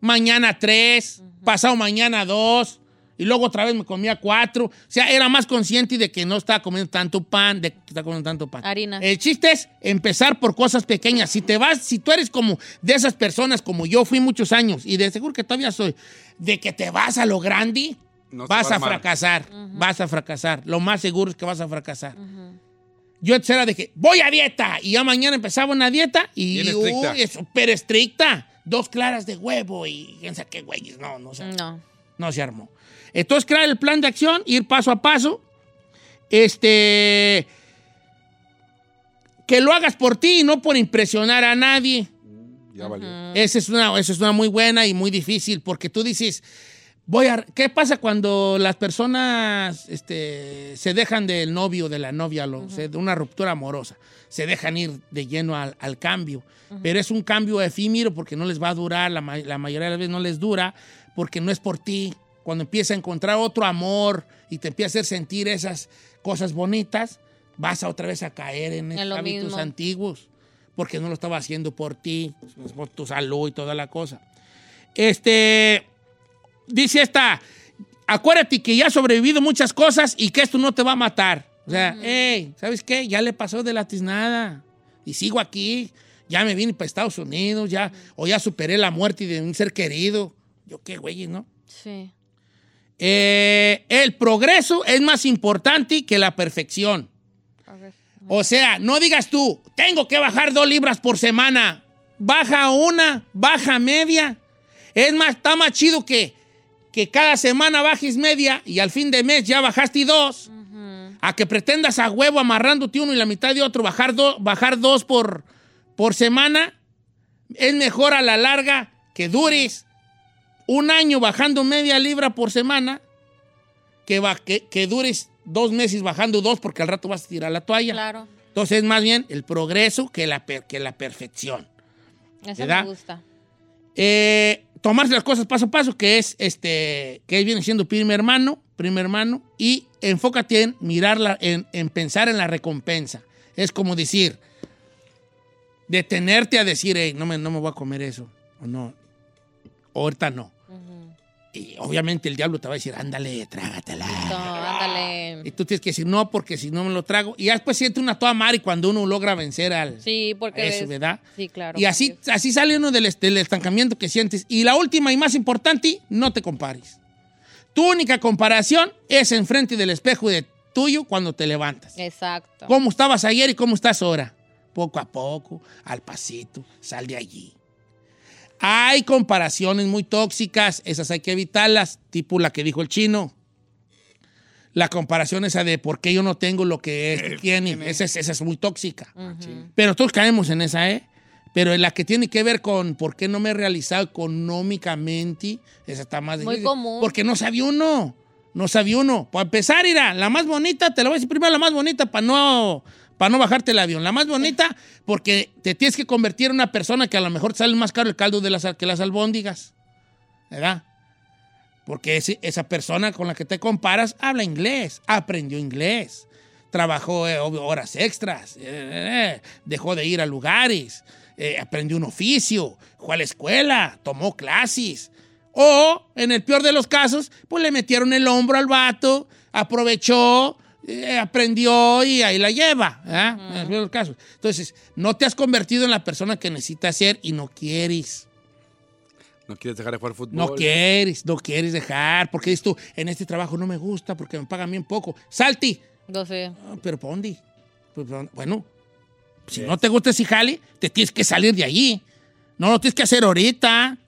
Mañana tres, pasado mañana dos, y luego otra vez me comía cuatro. O sea, era más consciente de que no estaba comiendo tanto pan, de que estaba comiendo tanto pan. Harina. El chiste es empezar por cosas pequeñas. Si te vas, si tú eres como de esas personas, como yo fui muchos años, y de seguro que todavía soy, de que te vas a lo grande, No se vas va a, armar. fracasar. Vas a fracasar. Lo más seguro es que vas a fracasar. Ujú. Yo antes era de que voy a dieta y ya mañana empezaba una dieta y Bien uy, estricta. es súper estricta. Dos claras de huevo y piensa que güeyes. No, no se, No. no se armó. Entonces, crear el plan de acción, ir paso a paso. Este. Que lo hagas por ti y no por impresionar a nadie. Ya valió. Esa es, una, esa es una muy buena y muy difícil porque tú dices, voy a... ¿Qué pasa cuando las personas este, se dejan del novio, de la novia, lo- se- de una ruptura amorosa? Se dejan ir de lleno al, al cambio. Pero es un cambio efímero porque no les va a durar, la, ma- la mayoría de las veces no les dura porque no es por ti. Cuando empieza a encontrar otro amor y te empieza a hacer sentir esas cosas bonitas, vas a otra vez a caer en, En esos lo hábitos mismo. antiguos porque no lo estaba haciendo por ti, por tu salud y toda la cosa. Este, dice esta, acuérdate que ya has sobrevivido muchas cosas y que esto no te va a matar. O sea, hey, ¿sabes qué? Ya le pasó de la tiznada y sigo aquí. Ya me vine para Estados Unidos, ya, o ya superé la muerte de un ser querido. Yo qué güey, ¿no? Sí. Eh, el progreso es más importante que la perfección. O sea, no digas tú, tengo que bajar dos libras por semana. Baja una, baja media. Es más, está más chido que, que cada semana bajes media y al fin de mes ya bajaste dos. A que pretendas a huevo amarrándote uno y la mitad de otro, bajar, do- bajar dos por, por semana. Es mejor a la larga que dures un año bajando media libra por semana que, va- que, que dures dos meses bajando dos porque al rato vas a tirar la toalla. Claro. Entonces es más bien el progreso que la, per- que la perfección. Esa ¿Verdad? me gusta. Eh, tomarse las cosas paso a paso, que es este, que viene siendo primer hermano, primer hermano, y enfócate en mirarla, en, en pensar en la recompensa. Es como decir, detenerte a decir, hey, no me, no me voy a comer eso, o no, o ahorita no. Y obviamente el diablo te va a decir, ándale, trágatela. No, ándale. Y tú tienes que decir no, porque si no me lo trago. Y ya después siente una toda madre cuando uno logra vencer al. Sí, porque. Eso, ves- ¿verdad? Sí, claro. y así, así sale uno del, est- del estancamiento que sientes. Y la última y más importante, no te compares. Tu única comparación es enfrente del espejo de tuyo cuando te levantas. Exacto. ¿Cómo estabas ayer y cómo estás ahora? Poco a poco, al pasito, sal de allí. Hay comparaciones muy tóxicas, esas hay que evitarlas, tipo la que dijo el chino. La comparación esa de por qué yo no tengo lo que este tiene, esa es, esa es muy tóxica. Ah, Pero todos caemos en esa, ¿eh? Pero en la que tiene que ver con por qué no me he realizado económicamente, esa está más Muy difícil. común. Porque no sabía uno. No sabía uno. Para empezar, mira, la más bonita, te la voy a decir primero la más bonita para no, para no bajarte el avión. La más bonita porque te tienes que convertir en una persona que a lo mejor te sale más caro el caldo de las, que las albóndigas. ¿Verdad? Porque ese- esa persona con la que te comparas habla inglés, aprendió inglés, trabajó eh, obvio, horas extras, eh, eh, eh, dejó de ir a lugares, eh, aprendió un oficio, fue a la escuela, tomó clases. O, en el peor de los casos, pues le metieron el hombro al vato, aprovechó, eh, aprendió y ahí la lleva. ¿ah? En el peor de los casos. Entonces, no te has convertido en la persona que necesitas ser y no quieres. No quieres dejar de jugar fútbol. No quieres, no quieres dejar, porque dices tú, en este trabajo no me gusta porque me pagan bien poco. ¡Salti! No sé. Ah, pero ¿para dónde? Pues, ¿pa' dónde? Bueno, si no te gusta ese jale, te tienes que salir de allí. No lo tienes que hacer ahorita,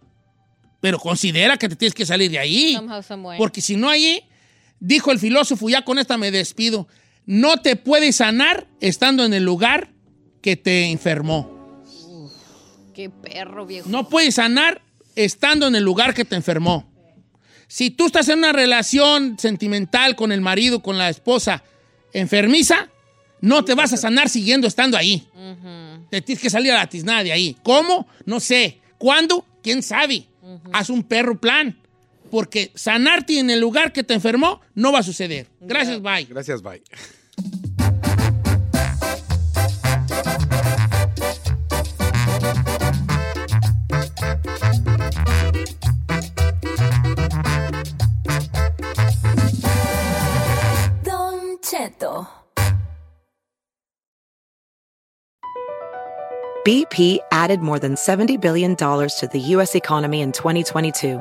pero considera que te tienes que salir de ahí. Somehow, somewhere. Porque si no allí, dijo el filósofo, ya con esta me despido, no te puedes sanar estando en el lugar que te enfermó. Qué perro, viejo. No puedes sanar estando en el lugar que te enfermó. Si tú estás en una relación sentimental con el marido, con la esposa enfermiza, no te vas a sanar siguiendo estando ahí. Te tienes que salir a la tiznada de ahí. ¿Cómo? No sé. ¿Cuándo? ¿Quién sabe? Haz un perro plan. Porque sanarte en el lugar que te enfermó no va a suceder. Gracias, bye. Gracias, bye. Don Cheto. BP added more than $70 billion to the U.S. economy in 2022.